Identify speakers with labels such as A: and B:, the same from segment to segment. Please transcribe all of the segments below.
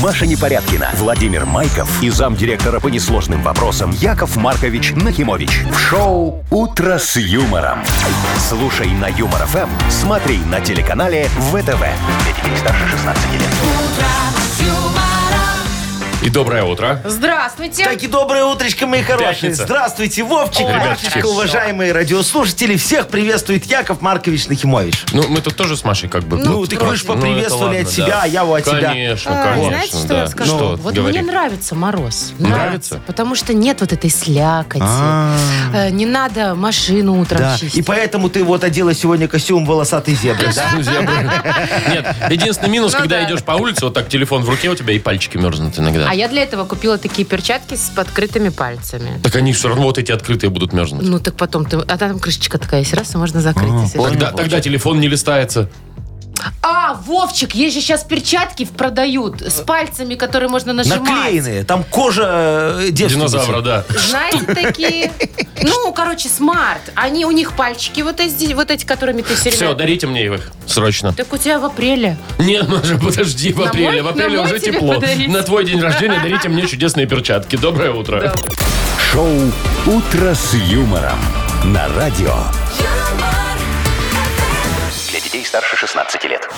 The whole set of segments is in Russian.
A: Маша Непорядкина, Владимир Майков и замдиректора по несложным вопросам Яков Маркович Нахимович. В шоу «Утро с юмором». Слушай на Юмор ФМ, смотри на телеканале ВТВ. Для детей старше 16 лет.
B: И доброе утро.
C: Здравствуйте.
D: Так и доброе утречко, мои хорошие.
B: Пятница.
D: Здравствуйте, Вовчик,
B: Ой,
D: Машечка,
B: ребятки.
D: уважаемые радиослушатели. Всех приветствует Яков Маркович Нахимович.
B: Ну, мы тут тоже с Машей как бы...
D: Ну, так вы ж
B: Ну, это
D: поприветствовали
B: ладно,
D: от себя,
B: да.
D: а я его от тебя.
B: Конечно,
C: А,
B: конечно,
C: знаете, что
B: да.
C: я скажу?
B: Что,
C: вот
B: говори.
C: мне нравится мороз.
B: Нравится? А.
C: Потому что нет вот этой слякоти. Э, Не надо машину утром
D: Да.
C: чистить.
D: И поэтому ты вот одела сегодня костюм волосатой зебры, да?
B: Ну, я бы- Нет, единственный минус,
C: Ну
B: когда
C: да.
B: идешь по улице, вот так телефон в руке у тебя и пальчики мерзнут иногда.
C: А я для этого купила такие перчатки с подкрытыми пальцами.
B: Так они все равно вот эти открытые будут мерзнуть.
C: Ну так потом ты... А там крышечка такая есть, раз, и можно закрыть. если
B: Тогда,
C: надо.
B: тогда телефон не листается.
C: А, Вовчик, есть же сейчас перчатки продают с пальцами, которые можно нажимать.
D: Наклеенные. Там кожа э, девственницы.
B: Динозавра, да.
C: Знаете такие? Ну, короче, смарт. Они, у них пальчики вот эти, вот эти которыми ты все
B: Все,
C: время...
B: дарите мне их срочно.
C: Так у тебя в апреле.
B: Нет, ну же, подожди, в
C: На
B: апреле.
C: мой-
B: В апреле
C: на мой
B: уже
C: тебе
B: тепло.
C: подарить.
B: На твой день рождения дарите мне чудесные перчатки. Доброе утро.
A: Шоу «Утро с юмором» на радио. Для детей старше 16 лет.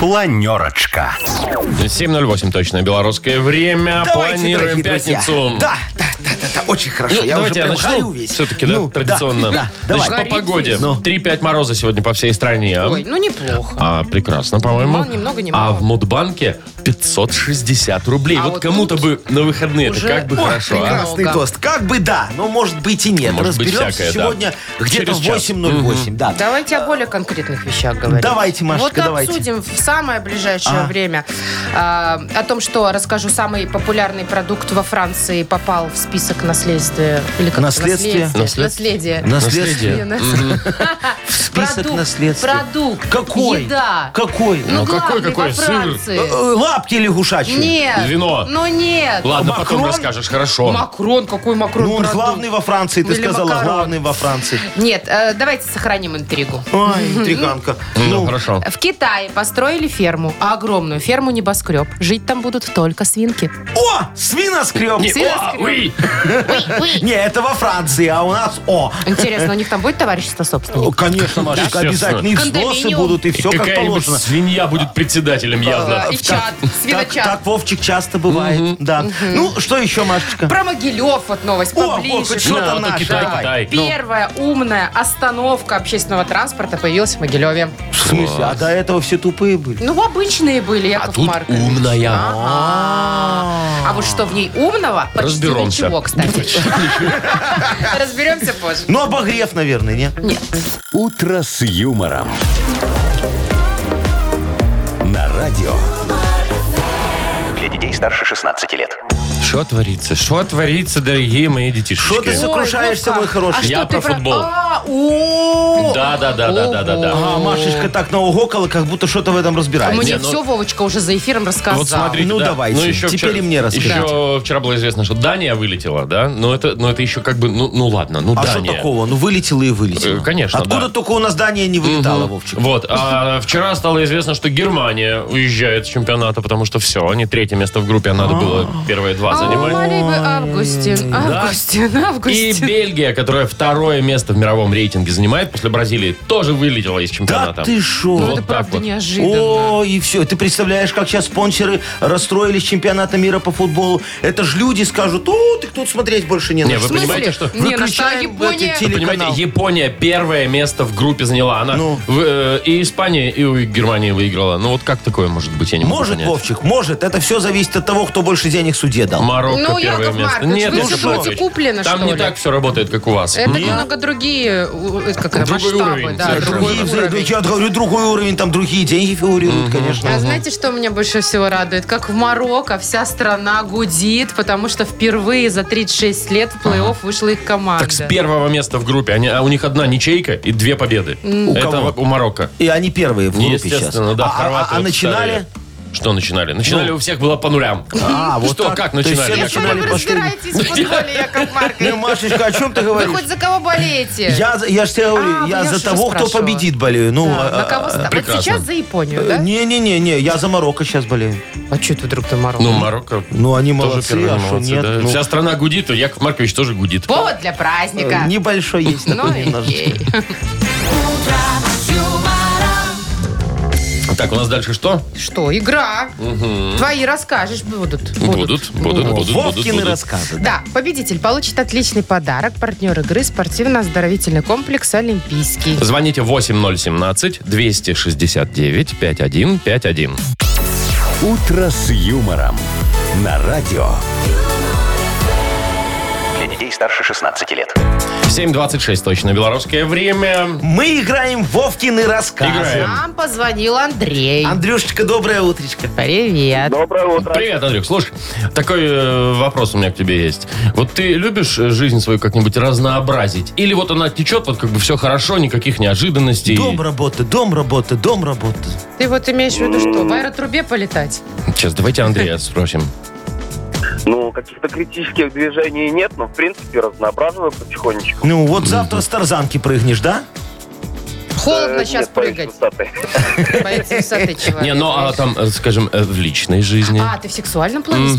A: Планерочка.
B: 7.08 точно, белорусское время.
D: Давайте,
B: Планируем
D: дорогие друзья.
B: пятницу.
D: Да, да, да, да, да, очень хорошо.
B: Ну,
D: я уже
B: давайте я
D: прям горю
B: начну.
D: весь.
B: Все-таки, да,
D: Ну,
B: традиционно.
D: да,
B: Значит,
D: давай.
B: по погоде.
D: Ну.
B: 3-5 мороза сегодня по всей стране.
C: Ой, ну неплохо.
B: А, прекрасно, по-моему.
C: Мало, ни много, ни
B: А
C: мало.
B: в Мудбанке 560 рублей.
C: А
B: вот,
C: вот
B: кому-то
C: тут
B: бы на выходные это
C: уже-
B: как бы
C: Ой,
B: хорошо, а?
C: прекрасно.
D: Красный
C: Много.
D: тост. Как бы да, но может быть и нет.
B: Может быть,
D: Разберемся
B: всякое, да.
D: сегодня где-то
B: Через
D: в
B: час.
D: 8.08. Да.
C: Давайте о более конкретных вещах говорить.
D: Давайте, Машечка,
C: вот
D: давайте.
C: обсудим в самое ближайшее
D: А.
C: время а, о том, что расскажу, самый популярный продукт во Франции попал в список наследствия. Или как это?
D: Наследствие?
C: Наследие. Наследие.
D: Наследствие. Список
C: Продукт.
D: наследствия.
C: Продукт.
D: Какой?
C: Еда.
D: Какой?
B: Ну, какой,
C: какой,
B: какой?
C: какой?
B: Сыр.
D: Э, э, Лапки лягушачьи.
C: Нет.
B: Вино.
C: Ну нет.
B: Ладно, потом
D: А Макрон?
B: расскажешь, хорошо.
C: Макрон, какой макрон?
D: Ну, он
C: продукт?
D: главный во Франции, ты
C: Или
D: сказала,
C: макарон.
D: главный во Франции.
C: Нет, э, давайте сохраним интригу.
D: Ой, интриганка.
B: Ну,
D: Ну,
B: хорошо.
C: В Китае построили ферму, огромную ферму небоскреб. Жить там будут только свинки.
D: о, свиноскреб.
B: Не,
C: Сыр
B: о,
C: с
B: уй!
D: Не, это во Франции, а у нас о.
C: Интересно, у них там будет товарищество
D: О,
C: собственников?
D: Конечно, Машечка,
B: Естественно.
D: обязательно и взносы
C: Кондоминиум.
D: будут, и
B: И
D: все как
B: Какая-нибудь
D: положено.
B: свинья будет председателем явно.
C: А, Э, И чат,
D: Так,
C: свиночат.
D: так, Вовчик, часто бывает. Да. Ну, что еще, Машечка?
C: Про Могилев вот новость
D: О, о,
C: поближе.
D: хоть что-то
B: Да, а то
D: наше,
B: Китай,
D: давай.
B: Китай. Ну,
C: Первая умная остановка общественного транспорта появилась в Могилеве.
D: В смысле? А до этого все тупые были.
C: Ну, обычные были, Яков
B: А тут
C: Маркович. А?
B: умная.
C: Ага. А вот что в ней умного, почти
B: Разберемся. Ну,
C: ничего, кстати. Разберемся позже.
D: Ну, обогрев, наверное, не?
C: Нет.
A: «Утро с юмором». На радио. Для детей старше 16 лет.
B: Что творится? Что творится, дорогие мои детишки?
D: Что ты
C: Ой,
D: сокрушаешься,
C: Вовка,
D: мой
C: а
D: хороший?
B: Я
C: что ты
B: про футбол.
C: А, о!
B: Да, да, да, да, да, да, да.
D: Ага, А, Машечка так наогокала, как будто что-то в этом разбирается.
C: Мне
B: Не, ну-
C: все, Вовочка, уже за эфиром рассказал.
B: Вот смотрите,
D: Ну,
B: да.
D: давайте. Теперь и мне расскажите.
B: Еще вчера было известно, что Дания вылетела, да? Но это, но это еще как бы, ну, ну ладно, ну
D: А что
B: Дания.
D: такого? Ну, вылетело и вылетело.
B: Э, конечно,
D: Откуда
B: да.
D: только у нас здание не вылетало, Вовчик?
B: Вот. А вчера стало известно, что Германия уезжает с чемпионата, потому что все, они третье место в группе, а надо было первые два
C: А у
B: занимать.
C: Малибы Августин, Августин,
B: И
C: Августин.
B: Бельгия, которая второе место в мировом рейтинге занимает после Бразилии, тоже вылетела из
D: Да
B: чемпионата.
D: ты
C: Ну,
D: шо?
B: вот
C: это правда
B: так вот.
C: неожиданно.
D: О, и все. Ты представляешь, как сейчас спонсоры расстроились чемпионата мира по футболу. Это ж люди скажут, о, так тут смотреть больше не на
B: Не, вы
D: что».
C: В смысле?
B: понимаете, что-
C: Не, на
D: Выключаем,
C: Япония.
D: блядь, эти-
B: Вы Понимаете,
D: Телеканал.
B: Япония первое место в группе заняла. Она
D: Ну.
B: в, э, и Испания, и у Германии выиграла. Ну вот как такое может быть, я не могу
D: Может,
B: понять.
D: Вовчик, может. Это все зависит от того, кто больше денег судье дал.
B: Марокко
C: Ну,
B: первое
C: Яков
B: место.
C: Маркович,
B: Нет,
C: вы
B: Яков
D: же против
B: Маркович,
C: Куплина,
B: Там
C: что
B: не
C: ли?
B: так все работает, как у вас.
C: Это
B: М.
C: немного другие у- это как это,
B: Другой
C: масштабы.
B: уровень,
C: Да,
B: совершенно.
C: другой
D: Другие вза-
C: уровень.
D: Я говорю, другой уровень, там другие деньги фигурируют, конечно.
C: А знаете, что меня больше всего радует? Как в Марокко вся страна гудит, потому что впервые за 36 лет в плей-офф вышла их команда.
B: Так с первого места в группе. Они, а у них одна ничейка и две победы.
D: У
B: Это
D: кого?
B: во- у Марокко.
D: И они первые в группе сейчас.
B: Естественно, да,
D: А- а-
B: хорваты
D: а
B: вот
D: начинали? Ну.
B: вторые. Что начинали? Начинали у всех было по нулям.
D: А, вот
B: Что,
D: так?
B: как
D: То есть
B: начинали?
D: все
B: Яков
C: Если вы
D: начинали по штыри.
C: разбираетесь в футболе, Яков
D: Не,
C: Маркович,
D: Ну, Машечка, о чем ты
C: вы
D: говоришь?
C: хоть за кого болеете?
D: Я, за- я же тебе говорю,
C: А,
D: я
C: я
D: за
C: же
D: того, кто
C: спрашивала.
D: победит, болею. Ну,
C: Да,
D: а-
C: на кого ста- Вот
B: прекрасно. Э,
C: сейчас за Японию,
D: а-
C: да?
D: Не-не-не, я за Марокко сейчас болею.
C: А что ты вдруг ты Марокко?
B: Ну, Марокко
D: Ну, они
B: тоже
D: молодцы,
B: первые
D: а что
B: молодцы,
D: нет?
B: да.
D: Ну,
B: Вся страна гудит, а Яков Маркович тоже гудит.
C: Повод для праздника.
B: Э,
D: Небольшой есть
C: Ну,
D: такой немножечко.
C: окей.
B: Так, у нас дальше что?
C: Что, игра? Твои расскажешь будут.
B: Будут, будут, будут,
C: Ну,
B: будут.
D: Вовкины
B: будут.
D: рассказы.
C: Да, победитель получит отличный подарок. Партнер игры спортивно-оздоровительный комплекс «Олимпийский».
B: Звоните 8017-269-5151.
A: «Утро с юмором» на радио. Для детей старше 16 лет.
B: 7.26 точно белорусское время.
D: Мы играем в Вовкины рассказы.
B: Играем.
C: Нам позвонил Андрей.
D: Андрюшечка, доброе утречко.
C: Привет.
E: Доброе утро.
B: Привет, Андрюх. Слушай, такой э, вопрос у меня к тебе есть. Вот ты любишь э, жизнь свою как-нибудь разнообразить? Или вот она течет, вот как бы все хорошо, никаких неожиданностей?
D: Дом работы, дом работы, дом работы.
C: Ты вот имеешь в виду что, в аэротрубе полетать?
B: Сейчас давайте Андрея спросим.
E: Ну, каких-то критических движений нет, но, в принципе, разнообразиваю потихонечку.
D: Ну, вот завтра с тарзанки прыгнешь, да?
C: Холодно
E: Э,
C: сейчас
E: нет, боюсь
C: прыгать.
E: высоты.
C: Боится высоты человек.
B: Не, ну а
C: знаешь.
B: там, э, скажем, э, в личной жизни.
C: А, ты в сексуальном плане? О,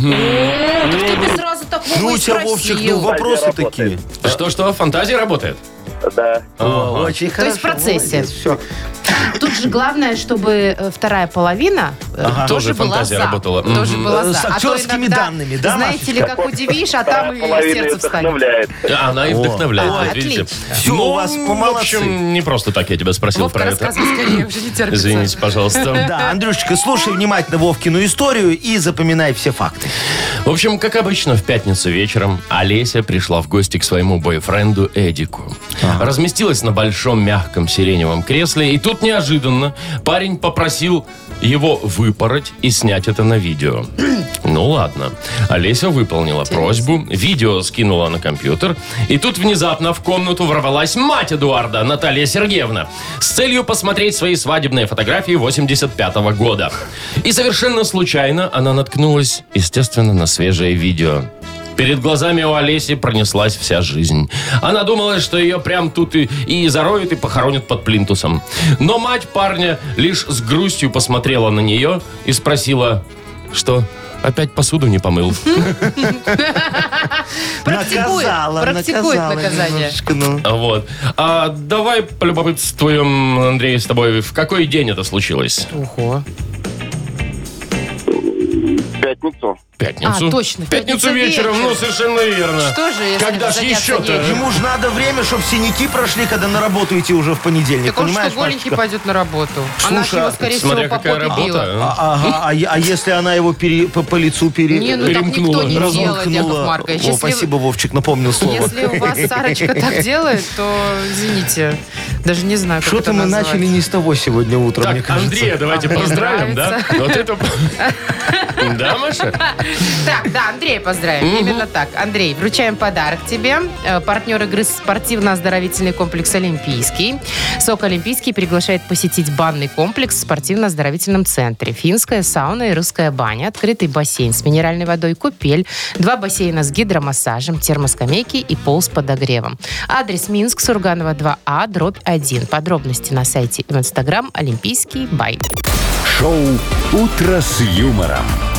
C: так ты бы сразу так Вова,
D: ну,
C: и
D: у тебя, Вовчик, ну,
C: спросил.
D: вопросы
E: Стадия
D: такие.
E: работает.
B: Что-что, фантазия работает?
E: Да.
D: О, очень
C: То есть в процессе. Тут же главное, чтобы э, вторая половина э,
D: Ага.
B: Тоже
C: тоже, была
B: фантазия
C: за.
B: работала.
C: Тоже
B: Мгм.
C: была
D: Э,
C: за.
D: с
C: А то
D: актерскими
C: иногда,
D: данными, да,
C: Знаете ли, как удивишь, а там и
E: Половина
C: сердце встанет.
E: вдохновляет.
B: Она и
D: О,
B: вдохновляет,
C: о,
B: вот видите.
C: отлично.
D: Всё,
B: Ну,
D: у вас
B: в общем,
D: молодцы.
B: не просто так я тебя спросил
C: Вовка,
B: про это.
C: рассказывай скорее, уже не терпится.
B: Извините, пожалуйста.
D: Да, Андрюшечка, слушай внимательно Вовкину историю и запоминай все факты.
B: В общем, как обычно, в пятницу вечером Олеся пришла в гости к своему бойфренду Эдику. Разместилась на большом мягком сиреневом кресле, и тут неожиданно парень попросил его выпороть и снять это на видео. ну ладно. Олеся выполнила просьбу, видео скинула на компьютер, и тут внезапно в комнату ворвалась мать Эдуарда, Наталья Сергеевна, с целью посмотреть свои свадебные фотографии 85 года. И совершенно случайно она наткнулась, естественно, на свежее видео. Перед глазами у Олеси пронеслась вся жизнь. Она думала, что ее прям тут и, и зароют, и похоронят под плинтусом. Но мать парня лишь с грустью посмотрела на нее и спросила, что опять посуду не помыл.
C: Практикует,
D: Наказала,
C: практикует
D: наказала
C: наказание.
D: немножечко, ну.
B: Вот. А давай полюбопытствуем, Андрей, с тобой, в какой день это случилось?
C: Ого.
E: В пятницу.
B: В Пятницу.
C: А, точно, в
B: Пятницу,
C: пятницу
B: вечером,
C: вечером.
B: ну совершенно верно.
C: Что же, если
B: Когда ж
C: заняться
B: еще-то?
C: нечем?
D: Ему же надо время, чтобы синяки прошли, когда на работу идти уже в понедельник,
C: Так он что,
D: понимаешь,
C: голенький
D: Машечка?
C: пойдет на работу? Она ж
D: Слушай,
C: его, скорее всего,
B: Смотря
C: по
B: какая
C: попе била.
B: работа. а.
D: А, ага, а е- а если она его пере- по, по лицу пере...
C: Не, ну так никто
B: перемкнула,
C: не делает, Яков
D: размахнула?
C: Маркович.
D: О,
C: Если-
D: спасибо, Вовчик, напомнил слово.
C: Если у вас Сарочка так делает, то извините. Даже не знаю, как
D: Что-то
C: это
D: мы
C: назвать.
D: начали не с того сегодня утром, мне
B: Так,
D: кажется.
B: Андрея давайте
C: А мне
B: поздравим, да? Вот это... Да, Маша?
C: Так, да, Андрей поздравим. Именно так. Андрей, вручаем подарок тебе. Э, Партнер игры спортивно-оздоровительный комплекс «Олимпийский». СОК «Олимпийский» приглашает посетить банный комплекс в спортивно-оздоровительном центре. Финская сауна и русская баня, открытый бассейн с минеральной водой, купель, два бассейна с гидромассажем, термоскамейки и пол с подогревом. Адрес Минск, Сурганова 2А, дробь 1. Подробности на сайте и в Инстаграм «Олимпийский бай».
A: Шоу «Утро с юмором»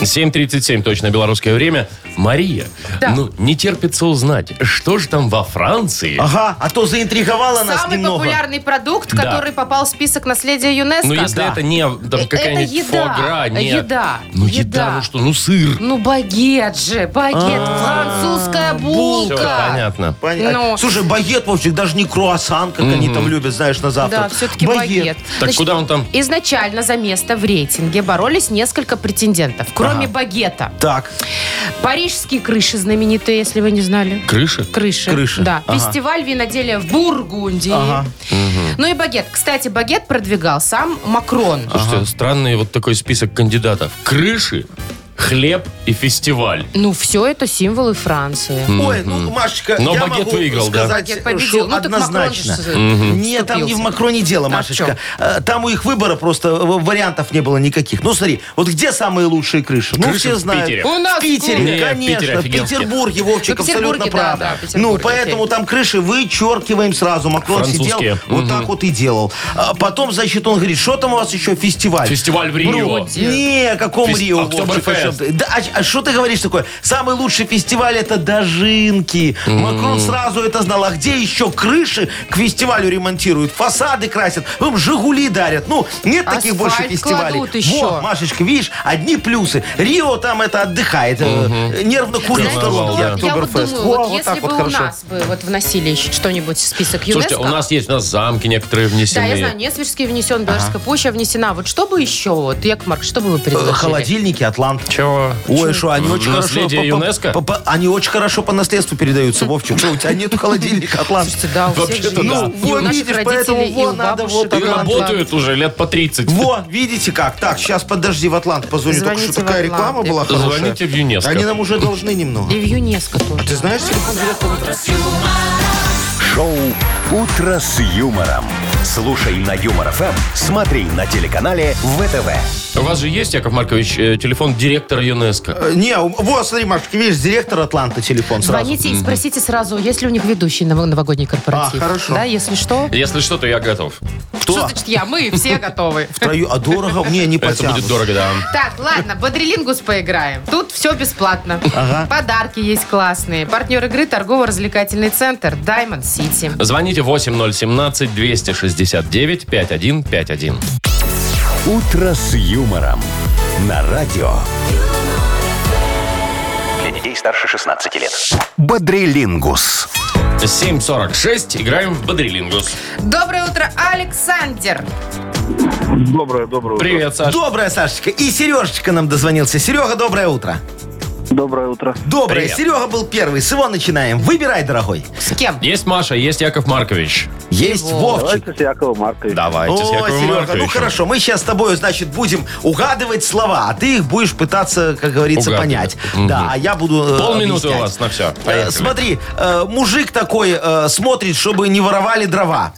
B: 7.37 точно белорусское время. Мария,
C: Да.
B: ну не терпится узнать, что же там во Франции?
D: Ага, а то заинтриговала нас
C: Самый
D: немного.
C: популярный продукт,
B: Да.
C: который попал в список наследия ЮНЕСКО.
B: Ну если
D: да.
B: это не там,
C: Э,
B: какая-нибудь
C: это еда.
B: фуагра, не...
C: Еда.
B: Ну еда.
C: Еда.
B: ну что, ну сыр.
C: Ну, багет же, багет, французская
B: Все,
C: булка.
B: понятно.
D: Понятно.
C: Ну.
D: Слушай, багет, Вовчик, даже не круассан, как они там любят, знаешь, на
C: Да,
D: завтрак.
C: все-таки багет.
B: Так
C: Значит,
B: куда он там?
C: Изначально за место в рейтинге боролись несколько претендентов, кроме
D: Ага.
C: багета.
D: Так,
C: Парижские крыши знаменитые, если вы не знали.
B: Крыши?
C: Крыши.
D: Крыши,
C: Да.
D: ага.
C: Фестиваль виноделия в Бургундии.
D: Ага.
C: Ну и багет. Кстати, багет продвигал сам Макрон.
D: А.
B: Слушайте, странный вот такой список кандидатов. Крыши, хлеб и фестиваль.
C: Ну, все это символы Франции.
D: Ой, ну, Машечка,
B: Но
D: я
B: багет
D: могу
B: выиграл, да?
D: сказать,
C: Багет победил.
D: что
C: Ну, так Макрон
D: однозначно.
C: же, э,
D: Нет, там не в
C: вступился.
D: Макроне дело,
C: Да, в
D: Машечка.
C: чем?
D: Э, Там у их выбора просто э, вариантов не было никаких. Ну, смотри, вот где самые лучшие крыши? Ну,
B: Крыши
D: все
B: в
D: знают.
B: Питере.
C: У нас
D: в Питере,
B: клуб. Не, в
D: конечно.
B: Питере
D: в
B: офигенски.
D: Петербурге, Вовчик,
C: Ну, в Петербурге,
D: абсолютно
C: да,
D: прав.
C: да,
D: ну,
C: Петербург,
D: поэтому
C: окей.
D: там крыши вычеркиваем сразу. Макрон сидел,
B: Французские.
D: вот так вот и делал. А Потом, значит, он говорит, что там у вас еще
C: А
D: фестиваль?
B: Фестиваль в Рио.
D: Не, о каком
B: Фест-
D: Рио?
B: Октоберфест.
D: Вовчик, о чём ты? Да, а ч- а что ты говоришь такое? Самый лучший фестиваль это Дожинки. Макрон сразу это знал. А где еще крыши к фестивалю ремонтируют? Фасады красят, им Жигули дарят. Ну, нет таких
C: Асфальт
D: больше фестивалей.
C: кладут еще.
D: Во, Машечка, видишь, одни плюсы. Рио там это отдыхает. э, Нервно курит
C: Знаете,
D: сторонки.
B: да.
C: вот я вот
D: Октоберфест.
C: думаю,
D: Во,
C: вот
D: вот
C: если
D: так
C: бы
D: вот
C: у
D: хорошо.
C: нас бы вот вносили еще что-нибудь в список ЮНЕСКО...
B: Слушайте, у нас есть, у нас замки некоторые
C: Да,
B: внесены.
C: я знаю, Несвежский внесен, Белорусская пуща внесена. Вот что бы еще, вот, Яков Марк, что бы вы предложили?
D: Э, Холодильники, Атлант.
B: Чего?
D: Ой, что, они
B: В
D: очень хорошо...
B: наследие
D: по- по-
B: ЮНЕСКО?
D: по- по- Они очень хорошо по наследству передаются, Вовчик. Что, у тебя нету холодильника, Атлант?
C: Слушайте, да, у всех
B: Вообще-то
C: же есть.
B: да.
C: И
D: Ну,
C: у
D: вот
C: наших
D: видишь,
C: родителей,
D: поэтому
C: и у
D: вот надо
C: бабушек,
D: вот
B: И
C: и у
D: Атлант.
B: работают уже лет по 30.
D: Во, видите как. Так, сейчас подожди, в Атлант позвоню. Только
C: Звоните
D: что такая
C: в Атлант.
D: реклама была хорошая.
B: Звоните в ЮНЕСКО.
D: Они нам уже должны немного.
C: И в ЮНЕСКО тоже.
D: Ты знаешь, телефон директора?
A: Шоу «Утро с юмором». Слушай на Юмор ФМ, смотри на телеканале ВТВ.
B: У вас же есть, Яков Маркович, э, телефон директора ЮНЕСКО?
D: Э, Не, у- вот, смотри, Машечка, видишь, директор Атланта телефон сразу.
C: Звоните и спросите сразу, есть ли у них ведущий ново- новогодний корпоратив.
D: А, хорошо.
C: Да, если что.
B: Если что, то я готов.
C: Что
D: Кто?
C: значит я? Мы все готовы.
D: Втрою, а дорого? Не, не
B: Это будет
D: потянут.
B: дорого, да.
C: Так, ладно, Бодрилингус поиграем. Тут все бесплатно. Подарки есть классные. Партнер игры торгово-развлекательный центр Diamond City.
B: Звоните 8017-269-5151.
A: «Утро с юмором» на радио
F: Для детей старше 16 лет.
A: «Бодрилингус».
B: 746. Играем в Бодрилингус.
C: Доброе утро, Александр.
E: Доброе, доброе утро.
B: Привет, Саш.
D: Доброе, Сашечка. И Сережечка нам дозвонился. Серега, доброе утро.
E: Доброе утро.
D: Доброе.
B: Привет.
D: Серега был первый. С его начинаем. Выбирай, дорогой.
C: С кем?
B: Есть Маша, есть Яков Маркович.
D: Есть Вовчик.
E: Давайте с Яковом Марковичем.
B: Давайте с
D: О,
B: Яковом
D: Серега, ну
B: Марковичем.
D: хорошо, мы сейчас с тобой, значит, будем угадывать слова, а ты их будешь пытаться, как говорится,
B: Угадывать.
D: понять.
B: Мгм.
D: Да, а я буду э,
B: Полминуты
D: объяснять.
B: у вас на все.
D: Э,
B: Поехали.
D: Смотри, э, мужик такой э, смотрит, чтобы не воровали дрова.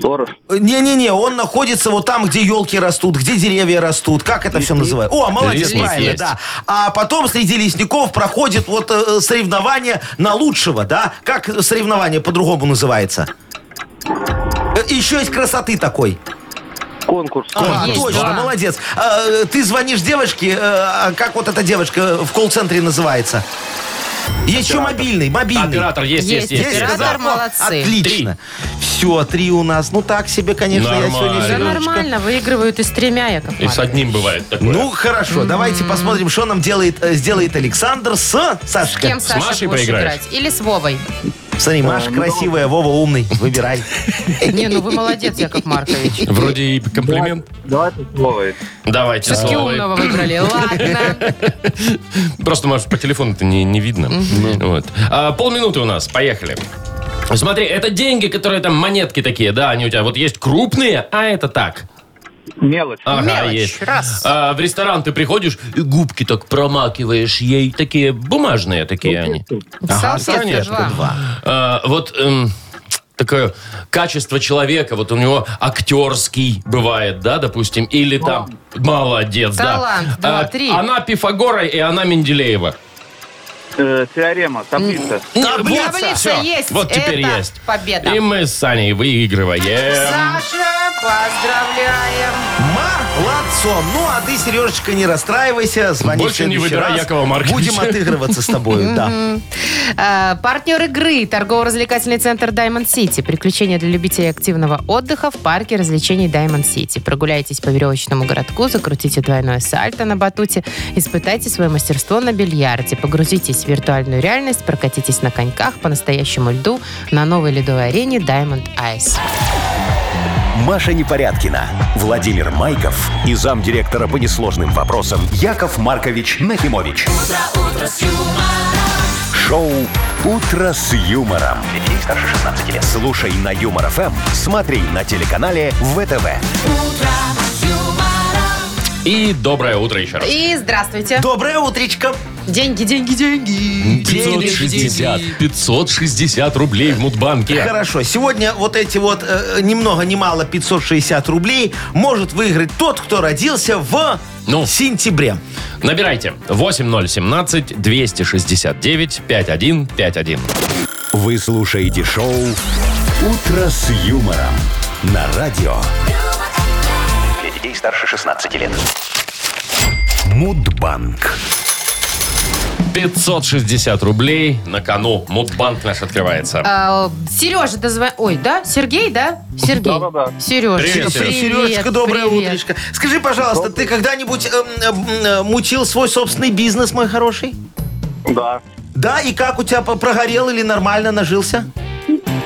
E: Сторож.
D: Э, Не-не-не, он находится вот там, где елки растут, где деревья растут. Как это все называется? О, молодец,
B: Лесник
D: правильно,
B: есть.
D: да. А потом среди лесников проходит вот э, соревнование на лучшего, да? Как соревнование по-другому называется? Э, Еще есть красоты такой.
E: Конкурс.
D: Ага,
C: Есть,
D: точно,
C: да.
D: молодец. А, э, ты звонишь девочке, э, а как вот эта девочка э, в колл-центре называется? Есть еще мобильный, мобильный.
B: Оператор есть, есть, есть.
C: Есть,
B: есть.
C: оператор,
D: да? О,
C: молодцы.
D: Отлично. Все, три у нас. Ну так себе, конечно, я
B: Нормально.
D: сегодня...
C: Да
D: Сережечка.
C: нормально, выигрывают и с тремя, Яков
B: И с
C: Маркович.
B: одним бывает такое.
D: Ну хорошо, давайте посмотрим, что нам делает, э, сделает Александр с
C: С
D: Сашкой.
C: кем
B: С
C: Саша
B: Машей
C: будешь
B: поиграешь?
C: играть? Или с Вовой?
D: Смотри,
B: Ну,
D: Маша красивая, Вова умный. Выбирай.
C: Не, ну вы молодец, Яков Маркович.
B: Вроде и комплимент.
E: Давайте с Вовой.
B: Давайте
C: Все-таки
B: слово.
C: умного выбрали. Ладно.
B: Просто, может, по телефону-то не, не видно. Вот. А, полминуты у нас. Поехали. Смотри, это деньги, которые там монетки такие, да, они у тебя вот есть крупные, а это так.
E: Мелочь.
B: Ага,
C: Мелочь.
B: есть.
C: Раз.
B: А, в ресторан ты приходишь, и губки так промакиваешь ей, такие бумажные такие они.
C: Салфетка
B: конечно,
C: два.
B: А, вот эм, такое качество человека, вот у него актерский бывает, да, допустим, или там молодец,
C: Талант,
B: да.
C: два,
B: А,
C: три.
B: Она Пифагора и она Менделеева.
E: Э, теорема. Таблица.
B: Таблица.
C: Таблица
B: Всё,
C: есть.
B: Вот теперь
C: Это
B: есть.
C: победа.
B: И мы с Саней выигрываем.
C: Саша, поздравляем.
D: Молодцом. Ну, а ты, Сережечка, не расстраивайся. Звони
B: Больше
D: в
B: не
D: следующий
B: выбирай
D: раз.
B: Якова Марковича.
D: Будем отыгрываться с тобой, да.
C: Э, Партнер игры – торгово-развлекательный центр Diamond City. Приключения для любителей активного отдыха в парке развлечений Diamond City. Прогуляйтесь по веревочному городку, закрутите двойное сальто на батуте, испытайте свое мастерство на бильярде, погрузитесь в виртуальную реальность, прокатитесь на коньках по настоящему льду на новой ледовой арене Diamond Ice.
A: Маша Непорядкина, Владимир Майков и замдиректора по несложным вопросам Яков Маркович Нахимович. Шоу «Утро с юмором».
F: Для детей старше 16 лет.
A: Слушай на Юмор ФМ, смотри на телеканале ВТВ.
B: И доброе утро еще раз.
C: И здравствуйте.
D: Доброе утречко.
C: Деньги, деньги, деньги.
B: 560, 560 рублей в Мудбанке.
D: Хорошо, сегодня вот эти вот э, ни много ни мало 560 рублей может выиграть тот, кто родился в
B: Ну?
D: сентябре.
B: Набирайте 8017 269 5151.
A: Вы слушаете шоу «Утро с юмором» на радио
F: Для детей старше 16 лет.
A: Мудбанк.
B: 560 рублей на кону. Мудбанк наш открывается.
C: А, Сережа дозвон... Ой, да? Сергей, да? Сергей.
E: Да-да-да.
C: Сережа.
B: Привет, Сережа.
D: Сережечка, доброе
C: привет.
D: утречко. Скажи, пожалуйста, ты когда-нибудь эм, эм, э, мутил свой собственный бизнес, мой хороший?
E: Да.
D: Да, и как у тебя по- прогорел или нормально нажился?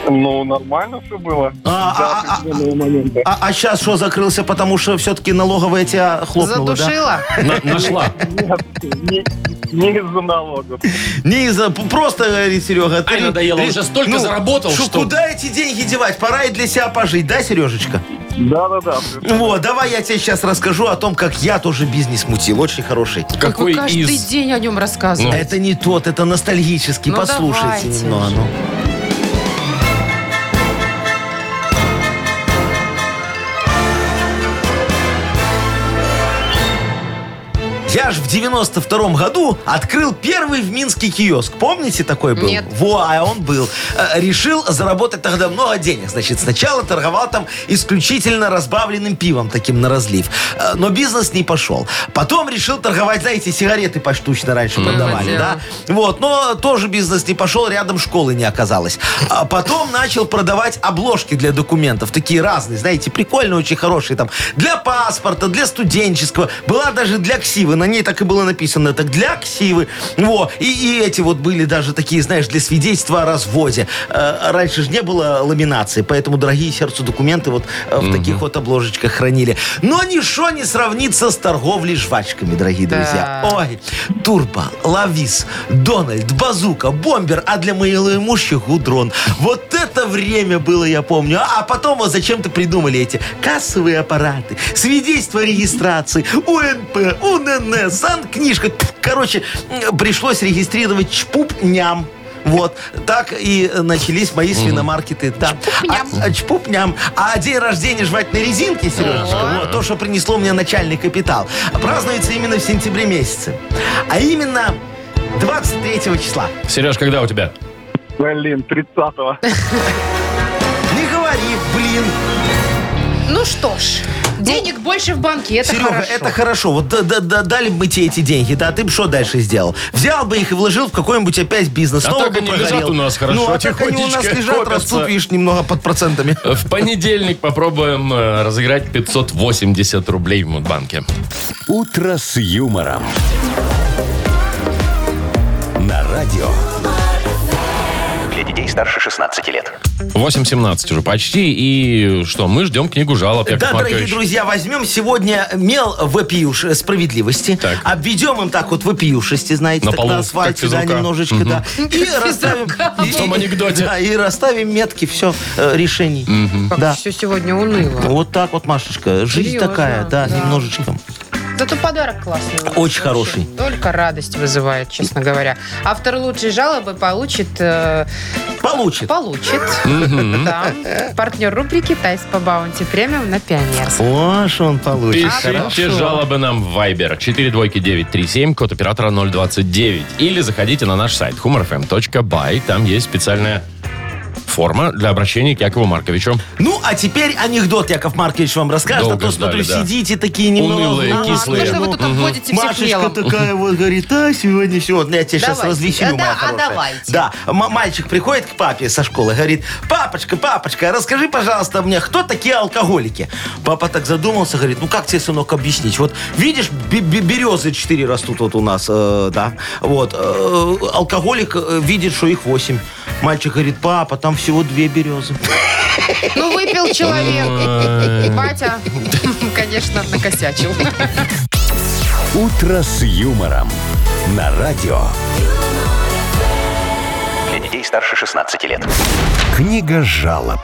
E: Ну, нормально все было.
D: А,
E: До
D: а, а,
E: определенного момента.
D: А, сейчас что закрылся, потому что все-таки налоговая тебя хлопнула, да?
C: Задушила?
B: На- нашла.
E: Нет, не, не из-за налогов.
D: Не из-за... Просто, говорит Серега... ты-
B: Ай, надоело,
D: ты-
B: уже столько заработал, что-
D: Куда эти деньги девать? Пора и для себя пожить, да, Сережечка?
E: Да-да-да.
D: Вот, давай я тебе сейчас расскажу о том, как я тоже бизнес мутил. Очень хороший.
C: Как
B: Какой
C: вы каждый
B: из...
C: день о нем рассказываете.
D: Это не тот, это ностальгический.
C: Ну,
D: Послушайте
C: давайте
D: немного.
C: же.
D: ну. Я ж в 92-м году открыл первый в Минске киоск. Помните, такой был?
C: Нет.
D: Во, а он был. Э, Решил заработать тогда много денег. Значит, сначала торговал там исключительно разбавленным пивом, таким на разлив. Э, Но бизнес не пошел. Потом решил торговать, знаете, сигареты поштучно раньше продавали,
C: дело.
D: да? Вот, но тоже бизнес не пошел, рядом школы не оказалось. А потом начал продавать обложки для документов, такие разные, знаете, прикольные, очень хорошие там, для паспорта, для студенческого, была даже для ксивы, на ней так и было написано, так для ксивы, во, и, и эти вот были даже такие, знаешь, для свидетельства о разводе. Э, Раньше же не было ламинации, поэтому дорогие сердцу документы вот э, в таких вот обложечках хранили. Но ничего не сравнится с торговлей жвачками, дорогие друзья.
C: Да.
D: О, Ой, Турбо, Лавис, Дональд, Базука, Бомбер, а для малоимущих Гудрон. Вот это время было, я помню. А потом вот зачем-то придумали эти кассовые аппараты, свидетельство о регистрации, УНП, УНН, санкнижка. Пф, Короче, м, пришлось регистрировать чпуп-ням. Вот, так и начались мои свиномаркеты. Да.
C: Чпуп-ням.
D: А, а, чпуп-ням. А день рождения жвачной резинки, Сережечка, вот то, что принесло мне начальный капитал, празднуется именно в сентябре месяце. А именно 23 числа.
B: Сереж, когда у тебя?
E: Блин, 30-го.
D: Не говори, блин.
C: Ну что ж, денег больше в банке, это
D: Серега,
C: хорошо.
D: это хорошо. Вот да- да- да- дали бы мы тебе эти деньги, да, ты бы что дальше сделал? Взял бы их и вложил в какой-нибудь опять бизнес.
B: А
D: снова
B: так
D: бы
B: они
D: прогорел.
B: лежат у нас хорошо,
D: Ну, а так они у нас
B: тихонечко
D: лежат,
B: копятся.
D: растут, видишь, немного под процентами.
B: В понедельник попробуем э, разыграть 580 рублей в Мудбанке.
A: «Утро с юмором». На радио
F: Для детей старше 16 лет.
B: 8.17 уже почти. И что, мы ждем книгу жалоб, Яков
D: Да, дорогие
B: Маркович.
D: друзья, возьмем сегодня мел вопиюш справедливости,
B: Так.
D: обведем им так вот вопиюшести, знаете,
B: На
D: так,
B: полу,
D: на
B: как
D: асфальте, да,
B: физрука.
D: немножечко, да, и расставим... и-
B: В том анекдоте.
D: Да, и расставим метки, все, решений.
C: Как
D: Да.
C: все сегодня уныло.
D: Вот так вот, Машечка, жизнь
C: Серьезно,
D: такая, да,
C: да.
D: немножечко.
C: Зато подарок классный. у вас
D: Очень хороший.
C: Только радость вызывает, честно говоря. Автор лучшей жалобы получит... э,
D: Получит.
C: получит. Да. Партнер рубрики «Тайс по баунти премиум» на Пионерск.
D: О, что он получит.
B: Пишите жалобы нам в Viber 42937, код оператора 029. Или заходите на наш сайт humorfm.by. Там есть специальная форма для обращения к Якову Марковичу.
D: Ну, а теперь анекдот Яков Маркович вам расскажет,
B: Долго
D: а то,
B: ждали,
D: смотрю,
B: да.
D: сидите такие немного...
B: Унылые,
D: Ага,
B: кислые.
C: Ну что вы тут
B: Мгм.
C: обводите всех
D: Машечка
C: мелом?
D: такая вот говорит, а сегодня все. Вот я тебя сейчас
C: Давайте.
D: развеселю,
C: А, да,
D: моя
C: а
D: хорошая.
C: давайте.
D: Да, М- мальчик приходит к папе со школы, говорит, папочка, папочка, расскажи, пожалуйста, мне, кто такие алкоголики? Папа так задумался, говорит, ну как тебе, сынок, объяснить? Вот видишь, бе- бе- березы 4 растут вот у нас, э, да, вот. э, алкоголик э, видит, что их 8. Мальчик говорит, папа, там всего две березы.
C: Ну, выпил человек. Батя, конечно, накосячил.
A: «Утро с юмором». На радио
F: Для детей старше 16 лет.
A: «Книга жалоб».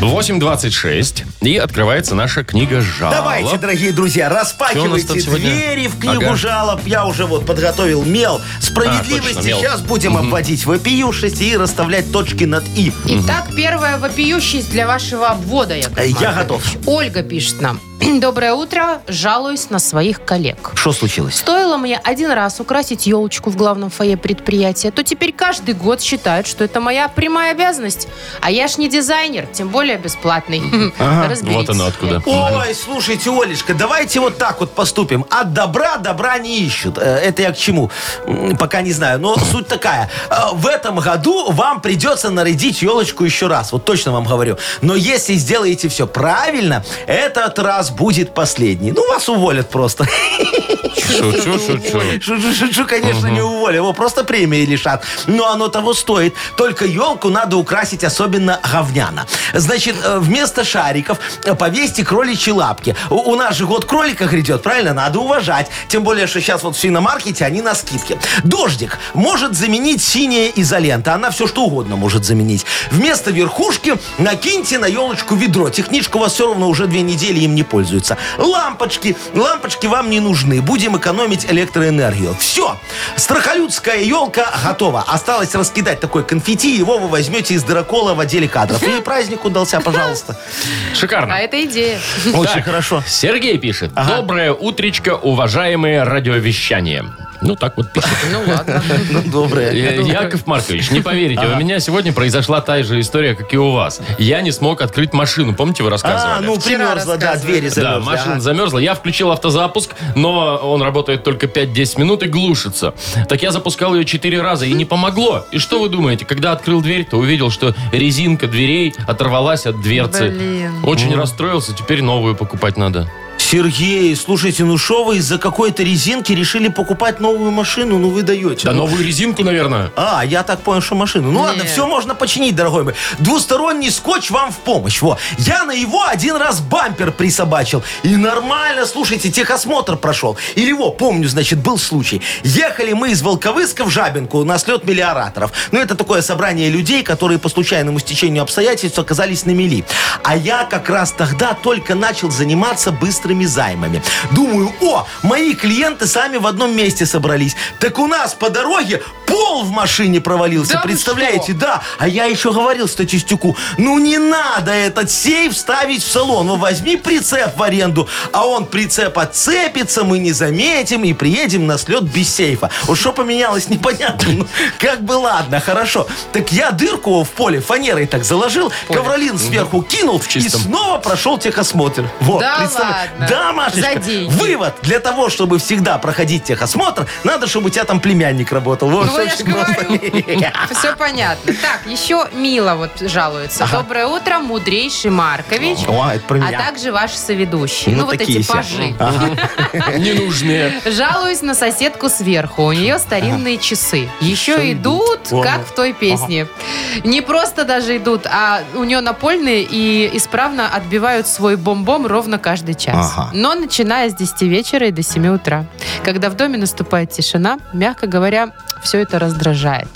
B: 8.26. И открывается наша книга жалоб.
D: Давайте, дорогие друзья,
B: Чё у
D: распахивайте
B: нас там сегодня?
D: двери в книгу
B: Ага.
D: жалоб. Я уже вот подготовил мел. Справедливости
B: А, точно, мел.
D: сейчас будем обводить вопиюшести и расставлять точки над «и».
C: Итак, первая вопиющесть для вашего обвода, Яков
D: Э, Я
C: Маркович.
D: готов.
C: Ольга пишет нам. Доброе утро. Жалуюсь на своих коллег.
D: Что случилось?
C: Стоило мне один раз украсить елочку в главном фойе предприятия, то теперь каждый год считают, что это моя прямая обязанность. А я ж не дизайнер, тем более бесплатный. Разберитесь.
B: Вот оно откуда.
D: Ой, слушайте, Олечка, давайте вот так вот поступим. От добра добра не ищут. Э, Это я к чему? М, Пока не знаю. Но суть такая. Э, В этом году вам придется нарядить елочку еще раз. Вот точно вам говорю. Но если сделаете все правильно, этот раз будет последний. Ну, вас уволят просто.
B: Шучу, шучу.
D: Шучу-шучу, конечно, не уволю. Его просто премии лишат. Но оно того стоит. Только елку надо украсить особенно говняно. Значит, э, вместо шариков э, повесьте кроличьи лапки. У, у нас же год кролика грядет, правильно? Надо уважать. Тем более, что сейчас вот в свиномаркете они на скидке. Дождик может заменить синяя изолента. Она все что угодно может заменить. Вместо верхушки накиньте на елочку ведро. Техничка у вас все равно уже две недели им не пользуется. Лампочки. Лампочки вам не нужны. Будем экономить электроэнергию. Все. Страхолюдская елка готова. Осталось раскидать такой конфетти. Его вы возьмете из дырокола в отделе кадров. И праздник удался, пожалуйста.
B: Шикарно.
C: А это идея.
D: Очень хорошо.
B: Сергей пишет. Доброе утречко, уважаемые радиовещание. Ну, так вот пишет.
C: Ну ладно.
D: Ну, доброе.
B: Э, Яков Маркович, не поверите, у меня сегодня произошла та же история, как и у вас. Я не смог открыть машину. Помните, вы
D: А,
B: рассказывали?
D: ну
C: Вчера
D: примерзла, да,
C: рассказывали.
D: двери
B: Да,
D: замерзли.
B: машина
D: ага.
B: замерзла. Я включил автозапуск, но он работает только 5-10 минут и глушится. Так я запускал ее 4 раза и не помогло. И что вы думаете? Когда открыл дверь, то увидел, что резинка дверей оторвалась от дверцы.
C: Блин.
B: Очень расстроился, теперь новую покупать надо.
D: Сергей, слушайте, ну шо вы из-за какой-то резинки решили покупать новую машину? Ну вы даете.
B: Да новую резинку, наверное.
D: А, я так понял, что машину. Ну ладно,
C: Не.
D: все можно починить, дорогой мой. Двусторонний скотч вам в помощь. Во. Я на его один раз бампер присобачил. И нормально, слушайте, техосмотр прошел. Или во, помню, значит, был случай. Ехали мы из Волковыска в Жабинку на слет мелиораторов. Ну, это такое собрание людей, которые по случайному стечению обстоятельств оказались на мели. А я как раз тогда только начал заниматься быстрыми займами. Думаю, о, мои клиенты сами в одном месте собрались. Так у нас по дороге пол в машине провалился,
C: Да вы
D: представляете?
C: что?
D: Да, а я еще говорил статистику, ну не надо этот сейф ставить в салон, ну возьми прицеп в аренду, а он прицеп отцепится, мы не заметим и приедем на слет без сейфа. Вот что поменялось, непонятно. Ну, как бы ладно, хорошо. Так я дырку в поле фанерой так заложил, ковролин сверху кинул и
B: чистом.
D: снова прошел техосмотр. Вот,
C: Да
D: представля-
C: ладно?
D: Да, Машечка,
C: За деньги.
D: вывод. Для того, чтобы всегда проходить техосмотр, надо, чтобы у тебя там племянник работал. Вот,
C: Ну, я ж
D: очень просто.
C: говорю. Все понятно. Так, еще Мила вот жалуется. Доброе утро, мудрейший Маркович.
D: О, это про
C: А
D: меня.
C: также ваши соведущие.
D: Ну,
C: Ну, вот
D: такие
C: эти
D: ся.
C: пажи.
B: Ненужные.
C: Жалуюсь на соседку сверху. У нее старинные часы. Еще идут,
D: Ого.
C: как в той песне. Не просто даже идут, а у нее напольные и исправно отбивают свой бомбом ровно каждый час.
D: Ага.
C: Но начиная с 10 вечера и до 7 утра. Когда в доме наступает тишина, мягко говоря, все это раздражает.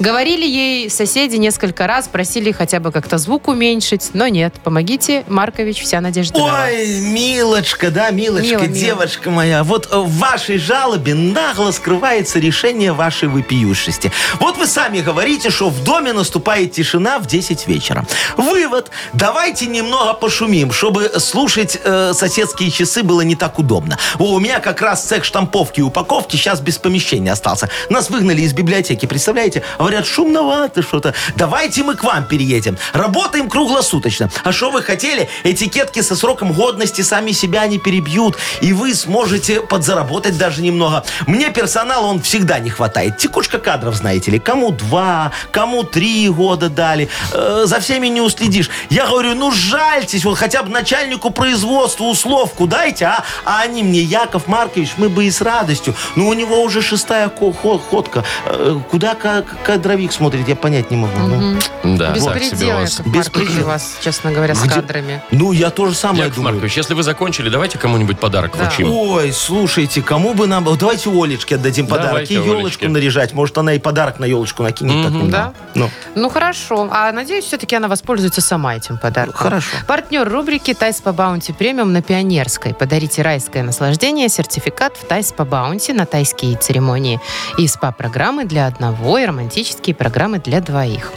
C: Говорили ей соседи несколько раз, просили хотя бы как-то звук уменьшить, но нет. Помогите, Маркович, вся надежда на вас.
D: Ой, милочка, да, милочка,
C: Мила, мила.
D: девочка моя, вот э, в вашей жалобе нагло скрывается решение вашей выпиющести. Вот вы сами говорите, что в доме наступает тишина в 10 вечера. Вывод. Давайте немного пошумим, чтобы слушать э, соседские часы было не так удобно. Во, у меня как раз цех штамповки и упаковки сейчас без помещения остался. Нас выгнали из библиотеки, представляете? Говорят, шумновато что-то. Давайте мы к вам переедем. Работаем круглосуточно. А что вы хотели? Этикетки со сроком годности сами себя не перебьют. И вы сможете подзаработать даже немного. Мне персонала он всегда не хватает. Текучка кадров, знаете ли. Кому два, кому три года дали. Э, за всеми не уследишь. Я говорю, ну жальтесь, вот хотя бы начальнику производства условку Ну, дайте, а? А они мне, Яков Маркович, мы бы и с радостью. Но у него уже шестая ко- хо- фотка. Э, Куда ка- кадровик смотрит, я понять не могу. ну.
B: Да, так себе у
C: Беспредел,
B: вас.
C: Яков Маркович,
D: Беспредел.
C: у вас, честно говоря, с
D: Где-
C: кадрами.
D: Ну, я тоже самое
B: Яков
D: думаю.
B: Маркович, если вы закончили, давайте кому-нибудь подарок
C: Да.
B: вручим.
D: Ой, слушайте, кому бы нам... Вот Давайте Олечке отдадим подарок.
B: Давайте
D: И елочку
B: Олечке.
D: наряжать. Может, она и подарок на елочку накинет. как-нибудь.
C: Да?
D: Ну,
C: Ну хорошо. А надеюсь, все-таки она воспользуется сама этим подарком.
D: Ну, Хорошо.
C: Партнер рубрики «Тайс по баунти премиум» на Пионерской. Подарите райское наслаждение, сертификат в «Тайс по баунти» на тайские церемонии и СПА-программы для одного и романтические программы для двоих.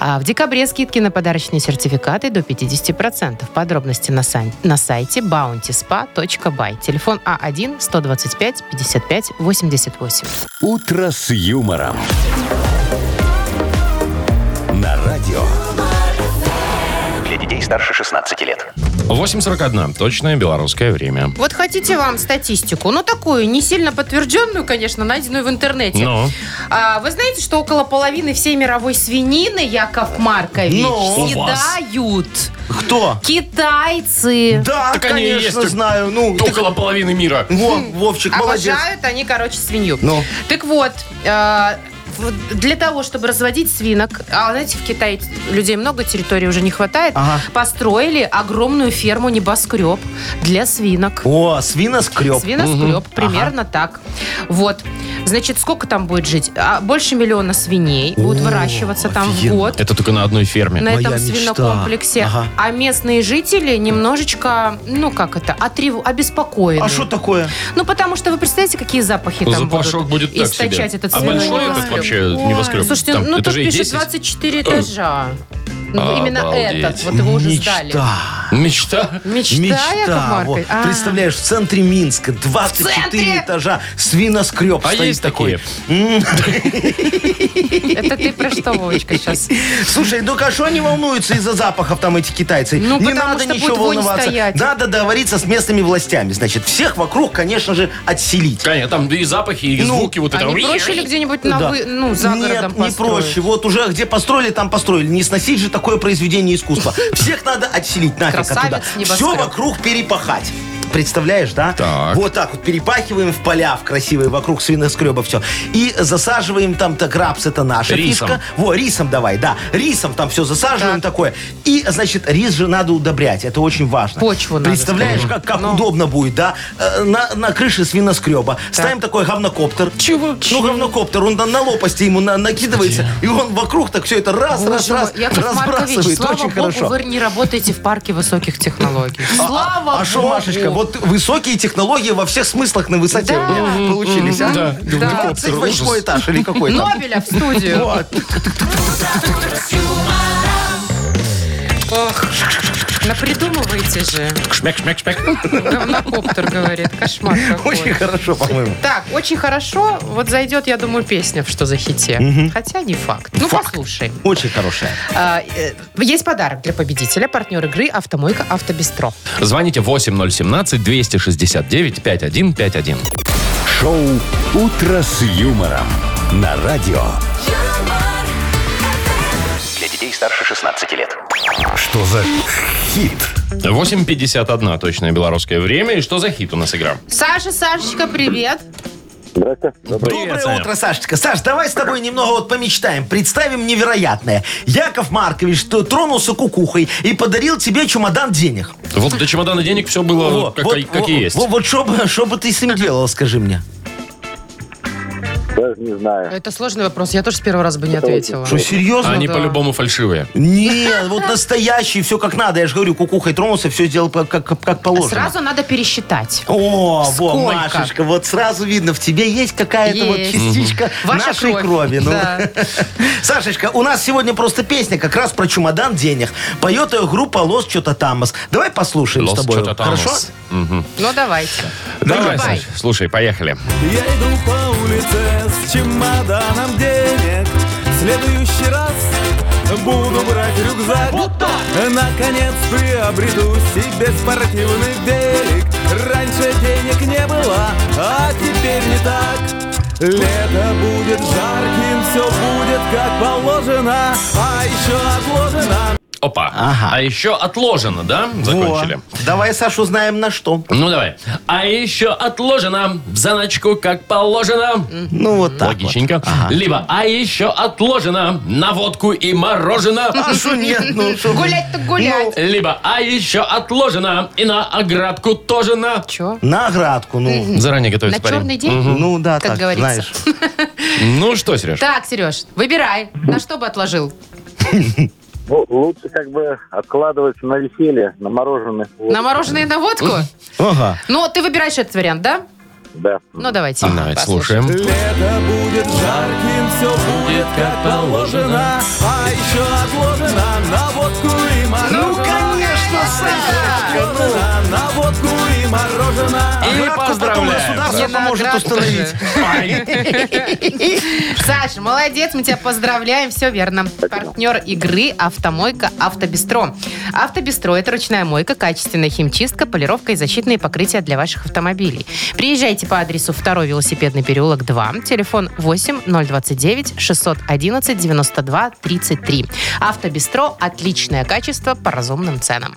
C: А в декабре скидки на подарочные сертификаты до 50%. Подробности на, сан- на сайте bountyspa.by. Телефон А А1-125-55-88.
A: «Утро с юмором». На радио.
F: Для детей старше 16 лет.
B: 8.41. Точное белорусское время.
C: Вот хотите вам статистику, ну такую, не сильно подтвержденную, конечно, найденную в интернете.
B: Ну,
C: А, вы знаете, что около половины всей мировой свинины, Яков Маркович,
D: Ну, у
C: съедают
D: кто?
C: китайцы.
D: Да,
B: Так они и
D: конечно,
B: есть.
D: знаю. Ну, так-
B: около половины мира.
D: Во, Вовчик, молодец.
C: Обожают они, короче, свинью.
D: Ну.
C: Так вот, э, в- для того, чтобы разводить свинок, а знаете, в Китае людей много, территории уже не хватает,
D: Ага.
C: построили огромную ферму небоскреб для свинок.
D: О, свиноскреб.
C: Свиноскреб, примерно так. Вот. Значит, сколько там будет жить? А, больше миллиона свиней будут выращиваться там в
D: офигенно.
C: год.
B: Это только на одной ферме.
C: На
D: Моя
C: этом
D: мечта.
C: свинокомплексе.
D: Ага.
C: А местные жители немножечко, ну как это, отрев... обеспокоены.
D: А что такое?
C: Ну потому что вы представляете, какие запахи там
B: Запашок
C: будут
B: будет так себе.
C: источать этот
B: а большой
C: свиной
B: этот
C: небоскреб.
B: вообще небоскреб?
C: Слушайте,
B: Там-
C: ну
B: это
C: тут
B: же и
C: пишет
B: 10.
C: 24 этажа. Ну, именно
B: Обалдеть.
C: этот, вот его уже сдали.
D: Мечта.
B: Мечта.
C: Мечта, Яков
D: Мечта.
C: Маркович?
D: вот.
C: А.
D: Представляешь, в центре Минска
C: В
D: 24
C: центре?
D: этажа свиноскреб
B: А
D: стоит
B: есть
D: такой.
B: такие?
C: А, Это ты про что, Вовочка, сейчас?
D: Слушай, ну а что они волнуются из-за запахов там эти китайцы?
C: Ну,
D: не
C: потому
D: надо
C: что
D: ничего
C: будет вонь
D: волноваться.
C: стоять.
D: Надо договориться с местными властями. Значит, всех вокруг, конечно же, отселить.
B: Конечно, там и запахи, и
D: Ну,
B: звуки вот это.
C: Они проще ли где-нибудь на
D: Да.
C: вы- ну, за городом
D: Нет, не
C: построить?
D: проще. Вот уже где построили, там построили. Не сносить же такое произведение искусства. Всех надо отселить нафиг
C: Красавец,
D: оттуда.
C: небоскреб.
D: Все вокруг перепахать. Представляешь, да?
B: Так.
D: Вот так вот перепахиваем в поля, в красивые, вокруг свиноскреба все. И засаживаем там так рапс, это наша
B: Рисом.
D: фишка. Во, рисом давай, да. Рисом там все засаживаем такое. И, значит, рис же надо удобрять. Это очень важно.
C: Почву надо Ну.
D: Представляешь, как, как удобно будет, да? Э, На, на крыше свиноскреба. Ставим такой говнокоптер.
B: Чего?
D: Ну, говнокоптер, он на, на лопасти ему на- накидывается, и он вокруг так все это раз, раз,
C: Боже мой,
D: раз,
C: Яков Маркович,
D: разбрасывает.
C: слава
D: Очень
C: богу,
D: хорошо.
C: вы не работаете в парке высоких технологий. Слава
D: а что,
C: богу.
D: Машечка, вот высокие технологии во всех смыслах на высоте
C: Да.
D: у меня получились, а?
B: Да.
D: 28 этаж или какой там?
C: Нобеля в студию.
D: Вот.
C: Ох, напридумывайте же.
B: Шмяк, шмяк, шмяк.
C: Говнокоптер говорит. Кошмар
D: Очень
C: какой.
D: хорошо, по-моему.
C: Так, очень хорошо. Вот зайдет, я думаю, песня в «Что за хите». Хотя не факт. Ну, послушаем.
D: Очень хорошая.
C: А, э, Есть подарок для победителя. Партнер игры «Автомойка Автобестро».
B: Звоните 8017-269-5151.
A: Шоу «Утро с юмором». На радио.
G: юмор,
F: Для детей старше 16 лет.
A: Что за хит?
B: 8.51 точное белорусское время. И что за хит у нас игра?
C: Саша, Сашечка, привет.
E: Здрасте.
D: Доброе
B: Саня.
D: утро, Сашечка. Саш, давай с тобой немного вот помечтаем. Представим невероятное. Яков Маркович т- тронулся кукухой и подарил тебе чемодан денег.
B: Вот до чемодана денег все было
D: Во,
B: как,
D: вот,
B: и- как
D: во,
B: и есть.
D: во- Вот что бы, что бы ты с ним делала, скажи мне.
E: Даже не знаю.
C: Это сложный вопрос. Я тоже с первого раза бы не ответила.
D: Что, серьезно?
B: Они
C: да.
B: по-любому фальшивые.
D: Нет, вот настоящий, все как надо. Я же говорю, кукухой тронулся, все сделал как, как, как положено.
C: Сразу надо пересчитать.
D: О, во,
C: Сколько?
D: Машечка, вот сразу видно, в тебе есть какая-то вот
C: Есть.
D: частичка
C: Ваша
D: нашей
C: кровь.
D: крови. ну.
C: Да.
D: Сашечка, у нас сегодня просто песня как раз про чемодан денег. Поет ее группа Лос Чота Тамас. Давай послушаем
B: Лос
D: с тобой.
B: Чота Тамас.
D: Хорошо?
C: Ну, давайте.
B: Давай,
C: Давай.
B: Саш, слушай, поехали.
H: Я иду по улице с чемоданом денег В следующий раз буду брать рюкзак Наконец приобреду себе спортивный велик Раньше денег не было, а теперь не так Лето будет жарким, все будет как положено А еще отложено
B: Опа. А еще отложено, да? Закончили.
D: Во. Давай, Саш, узнаем на что.
B: Ну, давай. А еще отложено в заначку, как положено.
D: Ну, вот так
B: Логичненько.
D: вот. Ага.
B: Либо а еще отложено на водку и мороженое.
D: А что нет? Ну, шо-
C: Гулять-то гулять.
B: Либо а еще отложено и на оградку тоже на...
C: Че?
D: На оградку, ну.
B: Заранее
C: На
B: готовится
C: черный
B: парень.
C: день?
D: Ну, да,
C: Как
D: так,
C: говорится.
D: знаешь.
B: Ну что, Сереж?
C: Так, Сереж, выбирай. На что бы отложил?
E: Ну, лучше как бы откладывать на веселье, на мороженое. Вот,
C: На мороженое и на водку?
D: Ага.
C: Ну, ты выбираешь этот вариант, да?
E: Да.
C: Ну, давайте.
B: Давайте
C: послушаем.
B: слушаем.
H: Лето будет жарким, все будет как положено, а еще отложено на водку и мороженое.
D: Ну, конечно, Сашечка, ну.
H: Отложено на водку и мороженое.
B: И
D: Оградку потом
B: поздравляем.
D: государство
C: Не на
D: поможет
C: оградку
D: установить.
C: Саша, молодец, мы тебя поздравляем, все верно. Партнер игры «Автомойка Автобестро». «Автобестро» — это ручная мойка, качественная химчистка, полировка и защитные покрытия для ваших автомобилей. Приезжайте по адресу 2 велосипедный переулок 2, телефон 8 029 611 92 33. «Автобестро» — отличное качество по разумным ценам.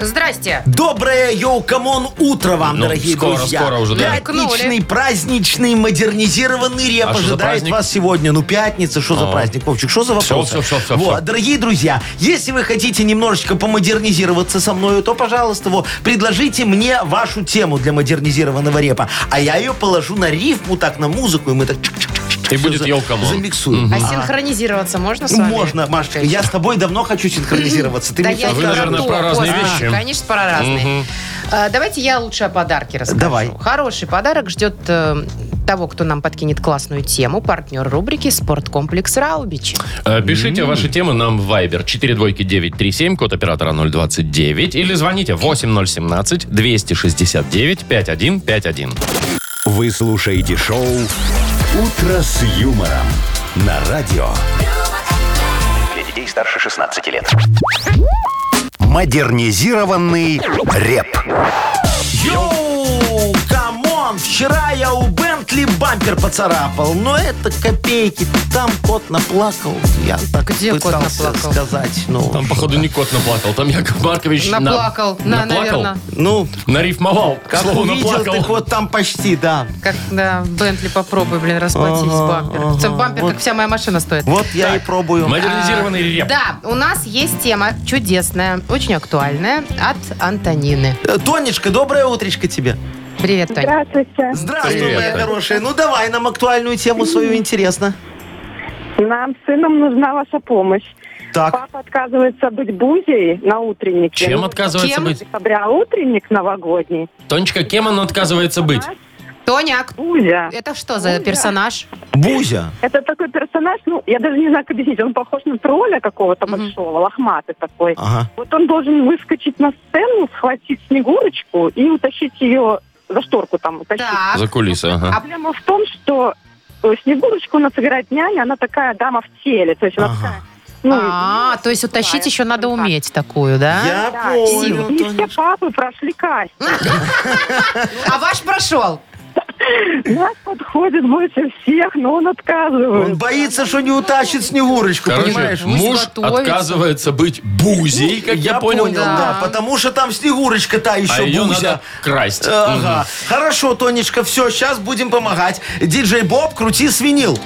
C: Здрасте.
D: Доброе, йоу, камон, утро вам,
B: Ну,
D: дорогие
B: скоро,
D: друзья.
B: скоро уже, да.
D: Пятничный, праздничный, модернизированный реп
B: А что за
D: ожидает
B: праздник?
D: вас сегодня. Ну, пятница, что за праздник, Вовчик, что за
B: Всё,
D: вопрос?
B: всё, всё, всё,
D: вот,
B: всё.
D: дорогие друзья, если вы хотите немножечко помодернизироваться со мною, то, пожалуйста, вот, предложите мне вашу тему для модернизированного репа, а я ее положу на рифму, так, на музыку, и мы так... чик-чик-чик-чик
B: И
D: всё
B: будет
D: за-
B: «Йоу, камон».
D: Замиксуем.
C: А синхронизироваться можно с
D: Ну,
C: вами?
D: Можно, Машечка, я с тобой давно хочу синхронизироваться. Ты
C: Да
D: мне
C: я
D: всё
B: Вы,
C: не
D: скажешь.
B: наверное,
C: то,
B: про разные
C: Костя.
B: вещи.
C: Конечно, про разные. А, Давайте я лучше о подарке расскажу.
D: Давай.
C: Хороший подарок ждет э, того, кто нам подкинет классную тему. Партнер рубрики «Спорткомплекс Раубич».
B: Э, Пишите ваши темы нам в Viber 42937, код оператора 029, или звоните 8017-269-5151.
A: Вы слушаете шоу «Утро с юмором» на радио
F: Для детей старше 16 лет.
A: «Модернизированный реп».
D: Йоу, камон, вчера я у Бентли бампер поцарапал, но это копейки, там кот наплакал, я так
C: Где кот
D: пытался
C: наплакал?
D: сказать, ну,
B: Там, походу, не кот наплакал, там Яков Маркович на-
C: Наплакал. На,
B: наплакал?
C: наверное.
D: ну,
B: Нарифмовал.
D: как
B: Слово
D: увидел, так
B: наплакал.
D: вот там почти, да.
C: Как на Бентли попробуй, блин, расплатить
D: Ага,
C: бампер.
D: ага,
C: Там бампер,
D: вот.
C: как вся моя машина стоит. А,
D: Вот я и пробую.
B: Модернизированный реп.
C: Да, у нас есть тема чудесная, очень актуальная от Антонины.
D: Э, Тонечка, доброе утречко тебе.
C: Привет, Тоня.
G: Здравствуйте.
D: Здравствуй,
B: Привет,
D: моя
B: Таня.
D: хорошая. Ну, давай нам актуальную тему свою, интересно.
G: Нам с сыном нужна ваша помощь.
D: Так,
G: Папа отказывается быть бузей на утреннике.
B: Чем
G: Ну,
B: отказывается
C: Кем?
B: быть?
G: Декабря утренник новогодний.
B: Тонечка, кем он отказывается быть?
C: Тоня, а
G: Бузя.
C: это что за
G: Ой, да.
C: персонаж?
D: Бузя.
G: Это такой персонаж, ну, я даже не знаю, как объяснить. Он похож на тролля какого-то
C: Мгм.
G: большого, лохматый такой.
D: Ага.
G: Вот он должен выскочить на сцену, схватить Снегурочку и утащить ее за шторку там. Утащить. А
C: Так.
B: За кулисы,
C: а
B: ага.
G: Проблема в том, что э, Снегурочку у нас играет няня, она такая дама в теле. То есть она
D: Ага.
G: такая... ну,
C: А, то есть утащить еще надо уметь такую, да?
D: Я
G: Да,
D: понял,
G: и все
D: Тонечка.
G: папы прошли касть.
C: А ваш прошел.
G: Нас подходит больше всех, но он отказывает.
D: Он боится, что не утащит Снегурочку,
B: Короче,
D: понимаешь?
C: пусть
B: муж
C: готовится.
B: отказывается быть бузей, как я понял.
D: да.
C: да.
D: потому что там Снегурочка та еще
B: А ее
D: Бузя.
B: надо красть.
D: Ага. Хорошо, Тонечка, все, сейчас будем помогать. Диджей Боб, крути свинил.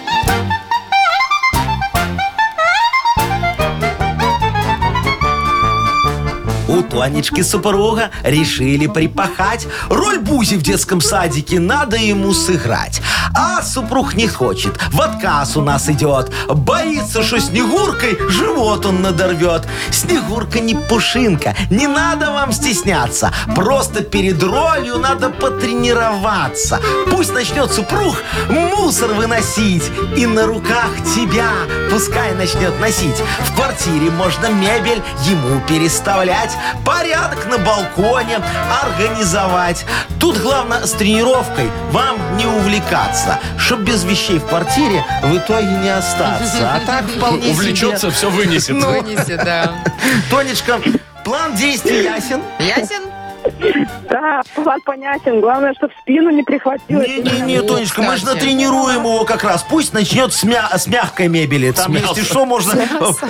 D: У Тонечки супруга решили припахать. Роль Бузи в детском садике надо ему сыграть. А супруг не хочет, в отказ у нас идет. Боится, что Снегуркой живот он надорвет. Снегурка не пушинка, не надо вам стесняться. Просто перед ролью надо потренироваться. Пусть начнет супруг мусор выносить. И на руках тебя пускай начнет носить. В квартире можно мебель ему переставлять. порядок на балконе организовать. Тут главное с тренировкой вам не увлекаться, чтоб без вещей в квартире в итоге не остаться. А так вполне себе.
B: Увлечется, все вынесет.
D: Ну,
C: Вынеси, да.
D: Тонечка, план действий ясен.
C: Ясен?
G: Да, план понятен. Главное, чтобы спину не прихватило.
D: Не-не-не,
C: Ну,
D: Тонечка, мы же
C: кстати.
D: натренируем его как раз. Пусть начнет с, мя- с мягкой мебели. Там,
B: мяса.
D: если что, можно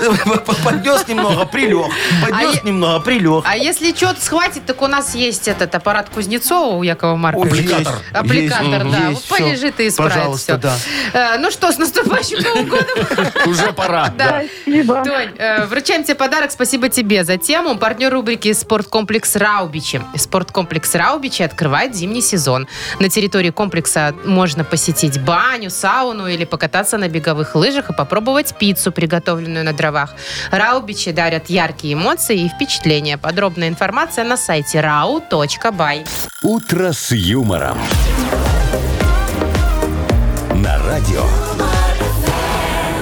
D: поднес немного, прилег.
C: А
D: Поднес
C: е-
D: немного, прилег.
C: А если что-то схватит, так у нас есть этот аппарат Кузнецова у Якова Марковича.
D: Аппликатор.
C: Аппликатор,
D: Есть,
C: да.
D: есть,
C: вот полежит и исправит
D: Пожалуйста,
C: все.
D: да.
C: ну что, с наступающим Новым годом.
B: Уже пора.
C: Да.
G: Спасибо.
C: Тонь, э, вручаем тебе подарок. Спасибо тебе за тему. Партнер рубрики «Спорткомплекс Раубичи». Спорткомплекс Раубичи открывает зимний сезон. На территории комплекса можно посетить баню, сауну или покататься на беговых лыжах и попробовать пиццу, приготовленную на дровах. Раубичи дарят яркие эмоции и впечатления. Подробная информация на сайте rau.by.
A: «Утро с юмором». На радио.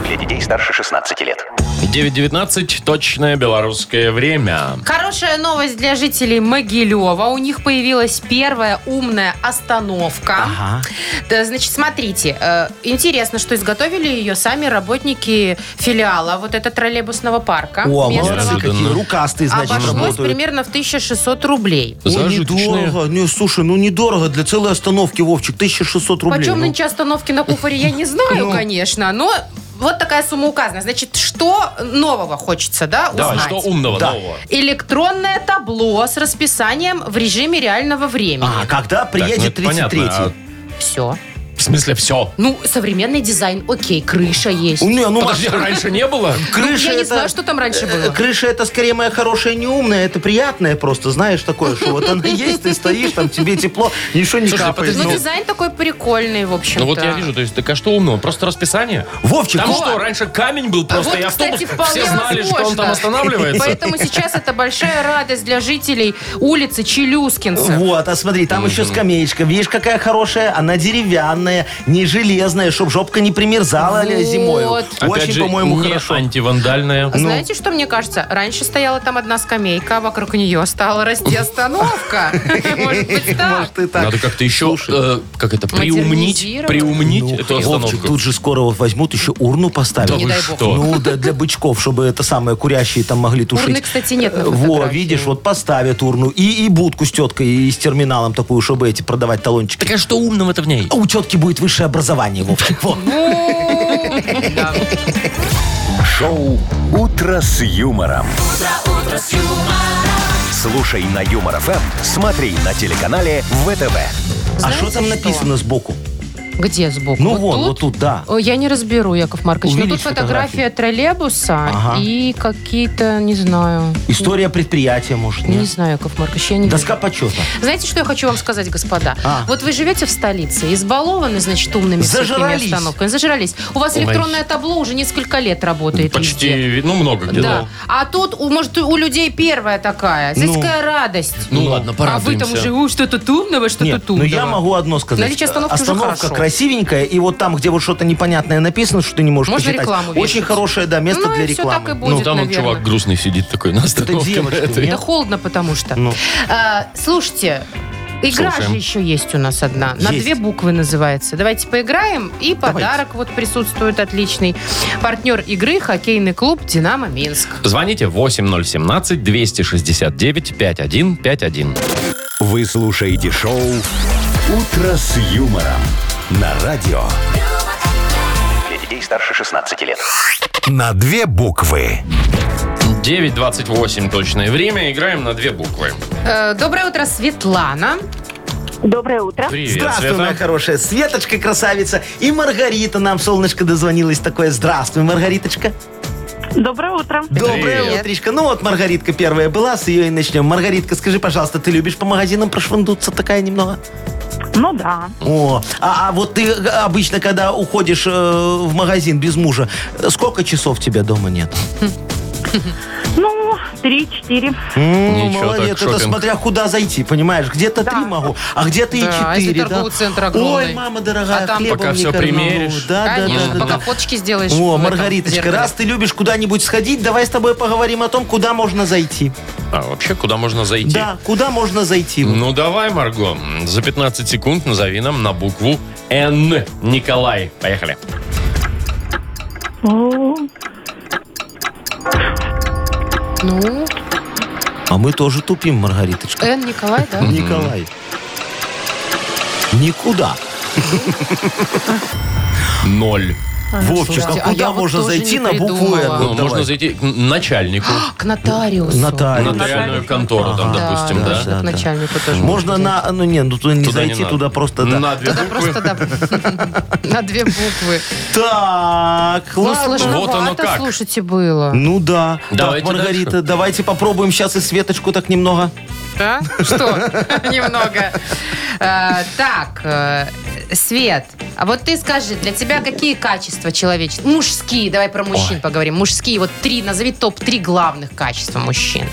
F: Для детей старше 16 лет.
B: 9.19, точное белорусское время.
C: Хорошая новость для жителей Могилева. У них появилась первая умная остановка. Да, значит, смотрите, э, интересно, что изготовили ее сами работники филиала вот этого троллейбусного парка. местного.
D: О, а
C: А
D: молодцы
B: Неожиданно.
D: какие, рукастые, значит,
C: Обошлось
D: работают.
C: примерно в 1600 рублей.
D: О,
B: Зажиточные.
D: недорого. Не, слушай, ну недорого для целой остановки, Вовчик, 1600 рублей.
C: Почем
D: ну.
C: нынче остановки на Куфаре, я не знаю, конечно, но вот такая сумма указана. Значит, что нового хочется, да,
B: Да,
C: узнать?
B: что умного
D: Да.
B: нового?
C: Электронное табло с расписанием в режиме реального времени.
D: А, когда приедет
B: Так, ну это
D: 33-й?
B: понятно,
C: Все.
B: а В смысле все?
C: Ну, современный дизайн, окей, крыша есть.
D: У меня, ну,
B: Подожди, а
D: Маш,
B: раньше не было?
D: крыша
C: я не
D: это-
C: знаю, что там раньше
D: Э,
C: было.
D: Крыша это скорее моя хорошая, не умная, это приятное просто, знаешь, такое, что вот она есть, ты стоишь, там тебе тепло, ничего не
B: Слушай, а
D: капает.
B: подожди,
C: Ну,
D: Ну,
C: дизайн такой прикольный, в общем-то.
B: Ну вот я вижу, то есть, так а что умного? Просто расписание?
D: Вовчик,
B: Там
D: ну,
B: что, раньше камень
D: А
B: был просто,
C: А Вот,
B: и автобус,
C: кстати, вполне
B: все знали, что он
C: возможно.
B: там останавливается?
C: Поэтому сейчас это большая радость для жителей улицы Челюскинцев.
D: Вот, а смотри, там еще скамеечка. Видишь, какая хорошая? Она деревянная, не железная, чтоб жопка не примерзала
C: Вот.
D: зимой.
B: Опять
D: Очень,
B: же,
D: по-моему,
B: не
D: хорошо.
B: антивандальное.
D: ну.
C: А Знаете, что мне кажется? Раньше стояла там одна скамейка, а вокруг нее стала расти остановка. Может быть, так.
D: Может, и так.
B: Надо как-то еще, э, как это, приумнить,
C: Модернизировать.
D: Ну,
B: приумнить эту
D: Вовчик,
B: остановку.
D: тут же скоро вот возьмут, еще урну поставят.
B: Да
C: Не
B: вы
C: дай бог.
B: что?
D: Ну, да, для бычков, чтобы это самое курящие там могли тушить.
C: Урны, кстати, нет на
D: Во,
C: фотографии.
D: видишь, вот поставят урну. И, и будку с теткой, и с терминалом такую, чтобы эти продавать талончики.
B: Так а что умного-то в ней?
D: А у тетки будет высшее образование, Вовчик. А Во.
C: Да.
A: Шоу «Утро с юмором». Слушай на Юмор ФМ, смотри на телеканале ВТВ.
D: А
C: Знаете
D: что там
C: что?
D: написано сбоку?
C: Где сбоку?
D: Ну, вон, вот тут, да.
C: Ой, Я не разберу, Яков Маркович. Но тут
D: Увеличь
C: фотография троллейбуса
D: Ага.
C: и какие-то, не знаю.
D: История предприятия, может,
C: Не
D: нет?
C: знаю, Яков Маркович, я не вижу.
D: Доска почета.
C: Знаете, что я хочу вам сказать, господа?
D: А.
C: Вот вы живете в столице, избалованы, значит, умными всякими
D: Зажрались.
C: остановками. Зажрались. У вас
B: Ой.
C: электронное табло уже несколько лет работает везде.
B: Почти, ну много где.
C: Да. А тут, у- может, у людей первая такая.
D: Ну.
C: Здесь такая радость.
B: Ну ладно,
C: а вы
B: порадуемся.
C: там уже, у, что тут умного, что
D: Нет,
C: тут умного.
D: ну я могу одно сказать.
C: Наличие остановки уже
D: Остановка
C: хорошо.
D: красивенькая, и вот там, где вот что-то непонятное написано, что ты не можешь
C: Можно
D: почитать.
C: рекламу
D: Очень
C: вешать.
D: хорошее, да, место
C: Ну и
D: для
C: всё
D: рекламы.
C: так и будет.
B: Ну там вот
C: наверное.
B: чувак грустный сидит такой на остановке.
D: девочка,
B: этой.
D: нет? Ну.
C: Это холодно, потому что. А, слушайте, игра
B: Слушаем.
C: же еще есть у нас одна. На
D: Есть.
C: две буквы называется. Давайте поиграем. И
D: Давайте.
C: подарок вот присутствует отличный. Партнер игры хоккейный клуб «Динамо Минск».
B: Звоните 8017-269-5151.
A: Вы слушаете шоу «Утро с юмором» на радио.
F: Для детей старше 16 лет.
A: На две буквы.
B: 9.28 точное время. Играем на две буквы.
C: Э, доброе утро, Светлана.
G: Доброе утро.
B: Привет,
D: Здравствуй,
B: Света.
D: моя хорошая. Светочка, красавица. И Маргарита нам, солнышко, дозвонилась такое. Здравствуй, Маргариточка.
G: Доброе утро.
D: Доброе
B: Привет.
D: утречко. Ну вот Маргаритка первая была, с ее и начнем. Маргаритка, скажи, пожалуйста, ты любишь по магазинам прошвындуться такая немного?
G: Ну да.
D: О, а, а вот ты э, обычно, когда уходишь э, в магазин без мужа, э, сколько часов тебя дома нет?
G: Ну, три-четыре.
D: М,
B: Ничего так,
D: Молодец, это
B: шопинг.
D: смотря куда зайти, понимаешь? Где-то три могу, а где-то и
C: Да, а если
D: четыре.
C: торговый центр огромный?
D: Ой, мама дорогая,
C: А там-
D: хлебом
B: Пока
D: не
B: всё
D: кормлю.
B: примеришь.
D: Да, да,
C: Конечно,
D: да, да,
C: пока
D: да.
C: фоточки сделаешь. в
D: О,
C: этом
D: Маргариточка,
C: зеркале.
D: раз ты любишь куда-нибудь сходить, давай с тобой поговорим о том, куда можно зайти.
B: А вообще, куда можно зайти?
D: Да, куда можно зайти.
B: Ну давай, Марго, за 15 секунд назови нам на букву Н. Николай. Поехали.
G: О,
C: Ну,
D: А мы тоже тупим, Маргариточка.
C: Н. Николай, да?
D: Николай. Никуда.
B: Ноль.
D: Вовчик, а
C: слушайте, а я
D: куда
C: вот
D: можно
C: тоже
D: зайти
C: не
D: на букву
C: придумала.
D: «Н»?
B: Ну,
D: Вот
B: можно
D: давай. А,
B: зайти к нотариусу.
C: К нотариусу.
D: Нотариус.
B: Нотариальную контору там,
C: Да,
B: допустим,
C: да,
B: да?
C: да, к начальнику тоже.
D: Можно на... Ну, не, ну туда не
B: Туда не
D: зайти,
B: надо.
D: туда просто... да.
B: На две
C: Туда
B: буквы.
C: просто, да, на две буквы.
D: Так,
C: Ну,
D: ладно.
B: Вот оно
C: сложновато,
B: как.
C: слушайте, было.
D: Ну да.
B: Давайте
D: так, Маргарита,
B: дальше.
D: давайте попробуем сейчас и Светочку так немного.
C: Да? Что? Немного. Э, Так, э, Свет, а вот ты скажи, для тебя какие качества человеческие? Мужские, давай про мужчин поговорим. Мужские, вот три, назови топ-3 главных качества мужчин.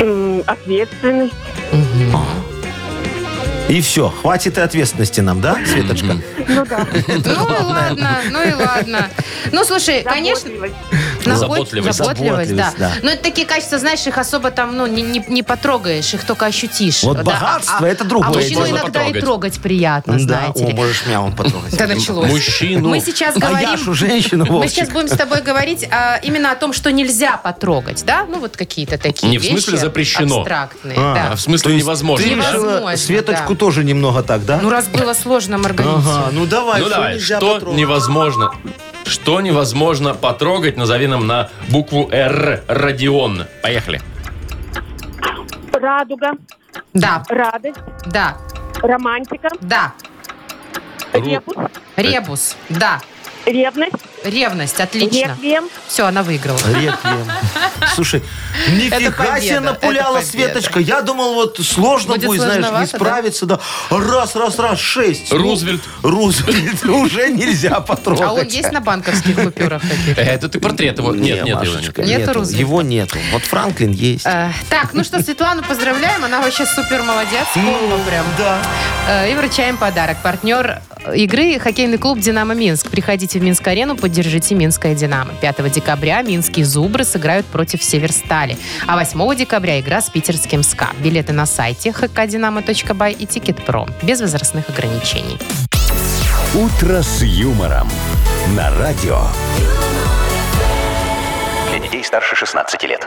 G: м, Ответственность.
D: И все, хватит и ответственности нам, да, Светочка?
G: Ну да.
C: Ну и ладно, ну и ладно. Ну, слушай, конечно...
B: Заботливость.
C: Забот-
G: Заботливость.
C: Заботливость, да.
D: Заботливость, да.
C: Но это такие качества, знаешь, их особо там, ну, не, не, не потрогаешь, их только ощутишь.
D: Вот
C: Да, а-
D: богатство
C: а-
D: это другое
C: А мужчину
D: дело.
C: иногда и
B: Потрогать.
C: трогать приятно,
D: Да,
C: знаете
D: о,
C: ли.
D: можешь мяу потрогать.
C: Да началось.
B: Мужчину.
C: Мы сейчас
D: А
C: говорим...
D: я ж женщину,
C: Мы сейчас
D: Вовчик.
C: будем с тобой говорить а, именно о том, что нельзя потрогать, да? Ну, вот какие-то такие
B: Не в смысле
C: вещи
B: запрещено.
C: абстрактные,
D: А,
C: да.
B: А, В смысле невозможно.
D: Ты решила
C: Невозможно,
D: Светочку
C: да.
D: тоже немного так, да?
C: Ну, раз было сложно, Маргарите.
D: Ага, ну давай,
B: Ну
D: что
B: давай,
D: нельзя
B: что
D: потрогать?
B: невозможно? Что невозможно потрогать, назови нам на букву Р. Родион. Поехали.
G: Радуга,
C: Да,
G: радость,
C: да,
G: романтика,
C: да.
G: репус,
C: Ребус, да.
G: ревность,
C: Ревность, отлично.
G: реквием.
C: Все, она выиграла.
D: Реквием. Слушай, нифига
C: победа,
D: себе напуляла
C: это победа.
D: Светочка. Я думал, вот сложно
C: Будет
D: будет, знаешь, не
C: сложновато, да?
D: справиться. Да? Раз, раз, раз, шесть. Ну,
B: Рузвельт.
D: Рузвельт уже нельзя потрогать.
C: А он есть на банковских купюрах каких-то?
B: Это ты портрет его. Нет, нет, его нет.
D: Машечка,
C: нету. Нету Рузвельта?
D: Его нету. Вот Франклин есть.
C: Э, Так, ну что, Светлану поздравляем, она вообще супер молодец, полно прям.
D: Да.
C: Э, И вручаем подарок. Партнер э, игры – хоккейный клуб «Динамо Минск». Приходите в Минск-арену, поддержите «Минское Динамо». 5 декабря минские «Зубры» сыграют против «Северстали». А 8 декабря игра с питерским «СКА». Билеты на сайте hkdinamo.by и «Тикет.Про». Без возрастных ограничений.
A: «Утро с юмором» на радио.
F: Для детей старше 16 лет.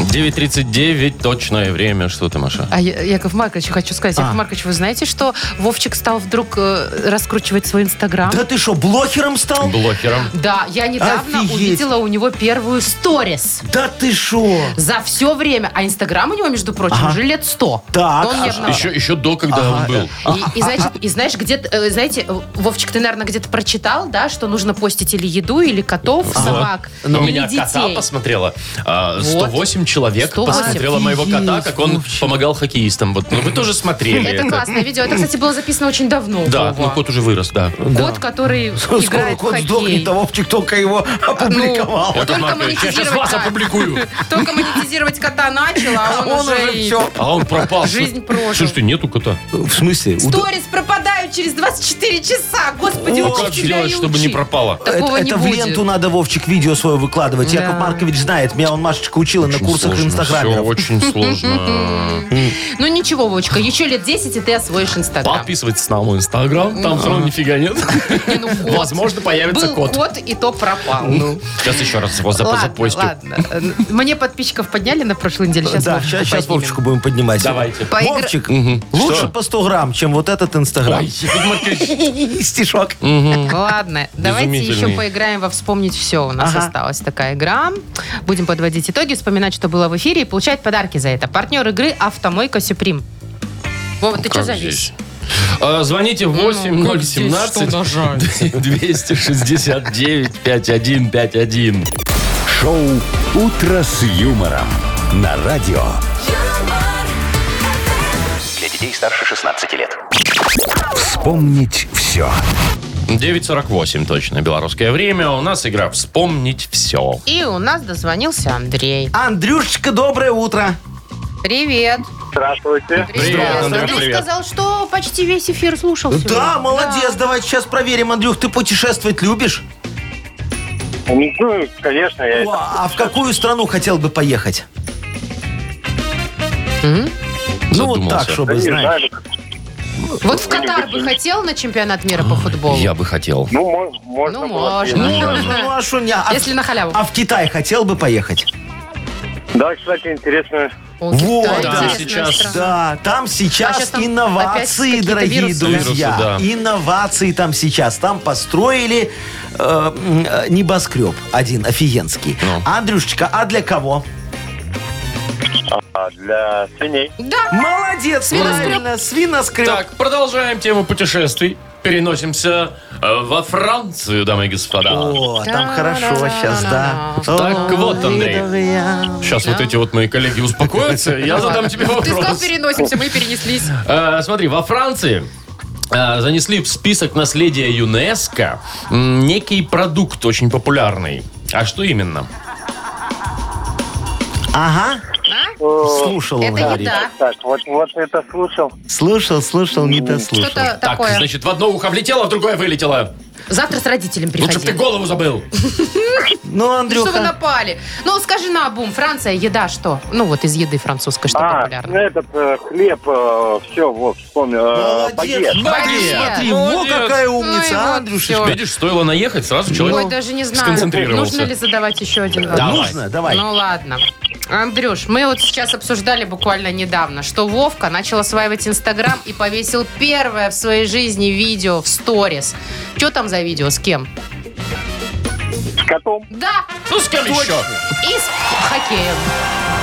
B: 9.39 точное время. Что ты, Маша?
C: А Я- Яков Маркович, хочу
D: А.
C: сказать, Яков Маркович, вы знаете, что Вовчик стал вдруг э, раскручивать свой Инстаграм?
D: Да ты что, блокером стал?
B: Блокером.
C: Да, я недавно
D: Офигеть.
C: увидела у него первую сторис.
D: Да ты что?
C: За все время. А Инстаграм у него, между прочим, уже лет 100.
D: Так.
C: Да он не обновлял.
B: Еще, еще до, когда он был.
C: И, и, значит, и знаешь, где-то, э, знаете, э, Вовчик, ты, наверное, где-то прочитал, да, что нужно постить или еду, или котов, собак,
B: Но
C: или
B: Ну, меня
C: Ну, детей.
B: кота посмотрела. А,
C: Вот.
B: 108 человек
C: 108.
B: посмотрела моего кота, как он помогал хоккеистам. Вот, ну, вы тоже смотрели
C: Это классное видео. Это, кстати, было записано очень давно.
B: Да,
C: Вова.
B: ну кот уже вырос, да.
C: Кот, который
D: Скоро
C: играет в
D: кот
C: хоккей. Ну,
D: сдохнет, а Вовчик только его опубликовал.
B: Яков
C: Только
B: Маркович, я сейчас
C: монетизировать,
B: вас
C: да.
B: опубликую.
C: Только монетизировать кота начал, а он,
D: Он уже
C: и-
D: все.
B: А он пропал.
C: Жизнь прожил.
B: Слушай, ты нету кота.
D: В смысле? Уд-
C: Сторис пропадают через 24 часа. Господи,
B: Ну,
C: учи
B: как
C: себя
B: сделать,
C: и
B: чтобы
C: учи.
B: не пропало?
C: Такого
D: это
C: не
D: это в
C: будет.
D: ленту надо, Вовчик, видео свое выкладывать.
C: Да.
D: Яков Маркович знает. Меня он, Машечка, учила на
B: Очень
D: курсах
B: сложно, Все
D: инстаграмеров.
B: очень сложно.
C: Ну ничего, Вовочка, еще лет 10, и ты освоишь Инстаграм.
B: Подписывайтесь на мой инстаграм, там все равно нифига нет.
C: Не, ну, кот.
B: Возможно, появится
C: Был
B: кот.
C: кот, и то пропал. Ну,
B: Сейчас еще раз его запо-
C: ладно,
B: запостю.
C: ладно. Э, Мне подписчиков подняли на прошлой неделе. Сейчас
D: да,
C: Вовчику
D: сейчас, сейчас
C: поднимем.
D: Вовчику будем поднимать.
B: Давайте.
C: Поигра-
D: Вовчик,
B: Мгм.
D: лучше
B: Что?
D: по 100 грамм, чем вот этот инстаграм.
B: Ой, Яков Маркович,
D: Стишок.
C: Ладно, давайте еще
B: Изумительный.
C: поиграем во «Вспомнить все». У нас
D: Ага.
C: осталась такая игра. Будем подводить итоги, вспоминать, что было в эфире и получать подарки за это. Партнер игры «Автомойка Сюприм». Вова, ты
B: Ну, как
C: что завис?
B: здесь? А, Звоните
C: Ну,
B: 8017 269 5151.
A: Шоу «Утро с юмором» на радио.
F: Для детей старше 16 лет.
A: Вспомнить все.
B: 9.48 точно, белорусское время. У нас игра «Вспомнить все».
C: И у нас дозвонился Андрей.
D: Андрюшечка, доброе утро.
C: Привет.
E: Здравствуйте.
B: Привет, Андрюх,
C: Андрей
B: привет.
C: сказал, что почти весь эфир слушал сегодня.
D: Да, молодец, давай сейчас проверим, Андрюх, ты путешествовать любишь?
E: Ну, конечно, я...
D: О, а в какую страну хотел бы поехать? Ну, вот
B: Задумался.
D: так, чтобы, знаешь.
C: Вот в Катар бы хотел на чемпионат мира по футболу?
B: Я бы хотел.
E: Ну, мо- можно
C: Ну,
E: было.
C: можно.
E: съездить.
D: Можно, ну, а шо не, а-
C: Если на халяву.
D: А в Китай хотел бы поехать?
E: Да, кстати, интересно.
C: О,
D: Вот,
C: Китай,
B: да,
C: интересная
B: сейчас,
C: страна.
D: Да, там сейчас,
C: А щас там опять
D: инновации,
C: какие-то
D: дорогие
C: вирусы, да?
D: друзья.
B: Вирусы,
D: Инновации там сейчас. Там построили э, м, э, небоскреб один офигенский.
B: Ну.
D: Андрюшечка, а для кого?
E: А для свиней.
C: Да,
D: Молодец,
C: Свиноскреб.
D: правильно, свиноскреб.
B: Так, продолжаем тему путешествий. Переносимся э, во Францию, дамы и господа.
D: О, там
C: Да,
D: хорошо
C: да,
D: сейчас,
C: да,
D: да.
B: Так
D: О,
B: вот, Андрей.
D: видовая.
B: Сейчас вот эти вот мои коллеги успокоятся, я задам тебе
C: ты сказал,
B: вопрос.
C: переносимся, мы перенеслись.
B: Э, Смотри, во Франции э, занесли в список наследия ЮНЕСКО м, некий продукт очень популярный. А что именно?
D: Ага, слушал он
C: А? Это
D: говорит.
C: еда.
E: Так, вот, вот это слушал.
D: Слушал, слушал, не дослушал.
C: Что-то
B: Так,
C: такое.
B: значит, в одно ухо влетело, в другое вылетело.
C: Завтра с родителем
B: Лучше бы ты
C: приходи.
B: голову забыл.
D: Ну,
C: Что вы
D: Андрюха,
C: напали? Ну, скажи на обум, Франция, еда что? Ну, вот из еды французской, что
E: А,
C: популярно.
E: этот э, хлеб, все, вот, вспомнил. э,
D: молодец.
E: багет.
B: Молодец.
D: Смотри, во
B: Молодец.
D: какая
C: Ну и
D: умница,
C: вот
D: а, Андрюшечка.
C: всё.
B: Видишь, стоило наехать, сразу
C: Ой,
B: человек
C: даже не знаю,
B: сконцентрировался.
C: нужно ли задавать еще один вопрос.
B: Да. Давай.
D: Нужно, давай.
C: Ну ладно. Андрюш, мы вот сейчас обсуждали буквально недавно, что Вовка начал осваивать Инстаграм и повесил первое в своей жизни видео в сторис. Что там за видео? С кем?
E: С котом.
C: Да,
B: Ну, с кем еще?
C: и с хоккеем.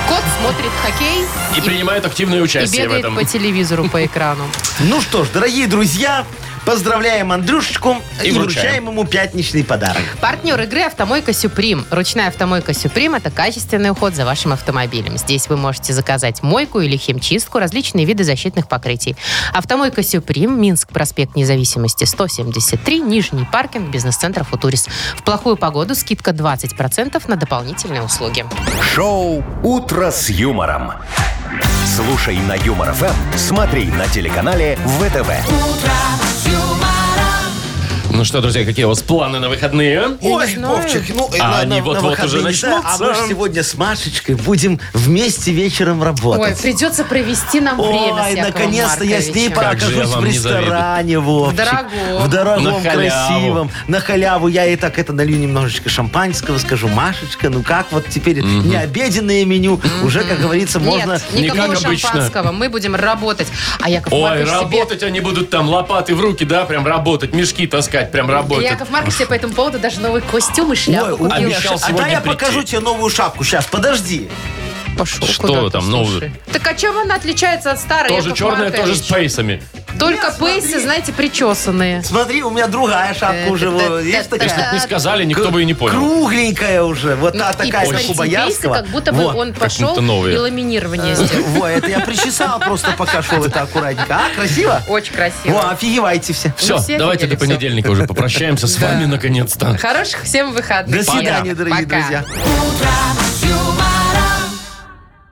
C: Кот смотрит хоккей
B: И принимает активное
C: и
B: участие в
C: бегает
B: этом.
C: по телевизору по экрану.
D: Ну что ж, дорогие друзья, поздравляем Андрюшечку
B: И
D: и,
B: вручаем.
D: вручаем. ему пятничный подарок.
C: Партнер игры «Автомойка Сюприм». Ручная «Автомойка Сюприм» — это качественный уход за вашим автомобилем. Здесь вы можете заказать мойку или химчистку, различные виды защитных покрытий. «Автомойка Сюприм», Минск, проспект Независимости, 173, Нижний паркинг, бизнес-центр «Футурис». В плохую погоду скидка 20% на дополнительные услуги.
A: Шоу «Утро с юмором». Слушай на Юмор ФМ, смотри на телеканале ВТВ.
B: Ну что, друзья, какие у вас планы на выходные?
C: Я не
D: Ой,
C: знаю.
D: Вовчик, ну э,
B: А
D: на-
B: они
D: на-
B: вот-вот
D: на выходные
B: уже
D: не знаю, А мы
B: начнутся.
D: же сегодня с Машечкой будем вместе вечером
C: Ой,
D: работать.
C: придется провести нам время с
D: Ой,
C: Яковом
D: наконец-то я с ней
C: Марковичем.
B: Как же я
D: покажусь
B: вам
D: в
B: не
D: ресторане, Вовчик.
C: дорогом.
D: В
B: На халяву.
D: дорогом, красивом. На халяву. Я ей так это налью немножечко шампанского, скажу, Машечка, ну как вот теперь не обеденное меню, уже, как говорится, можно...
C: Нет, никакого
B: Не как обычно.
C: шампанского. Мы будем работать. А Яков
B: Ой,
C: Маркович себе
B: работать они будут там, лопаты в руки, да, прям работать, мешки таскать, прям
C: И
B: работать.
C: Яков Маркович себе по этому поводу даже новый костюм и
D: Ой,
C: шляпу
D: у-
C: купил.
B: обещал
D: а
B: сегодня
D: да я
B: прийти.
D: покажу тебе новую шапку. Сейчас, подожди.
C: Пошел
B: Что там новый?
C: Так а чем она отличается от старой,
B: Тоже
C: Яков
B: черная,
C: Маркович?
B: тоже с пейсами.
C: Только пейсы, знаете, причесанные.
D: Смотри, у меня другая шапка уже.
C: Э,
D: вот, Видишь,
B: И чтоб
C: Да.
B: не
D: такая?
B: сказали, никто бы и не понял.
D: Кругленькая уже. Вот та
C: и
D: Ну, а такая, как
C: Ну, посмотрите,
D: у Боярского.
C: пейсы, как будто бы
D: Во.
C: он пошел
B: будто новые.
C: и
D: Э.
C: ламинирование сделал.
D: Во, это я причесал просто, пока шел это аккуратненько. А, красиво?
C: Очень
D: Во,
C: красиво.
D: офигевайте все.
B: Все,
C: Ну, все
B: давайте до
C: офигели, всё.
B: понедельника уже попрощаемся с вами наконец-то.
C: Хороших всем выходных.
D: До свидания,
C: Пока.
D: дорогие друзья.
I: Утро с юмором.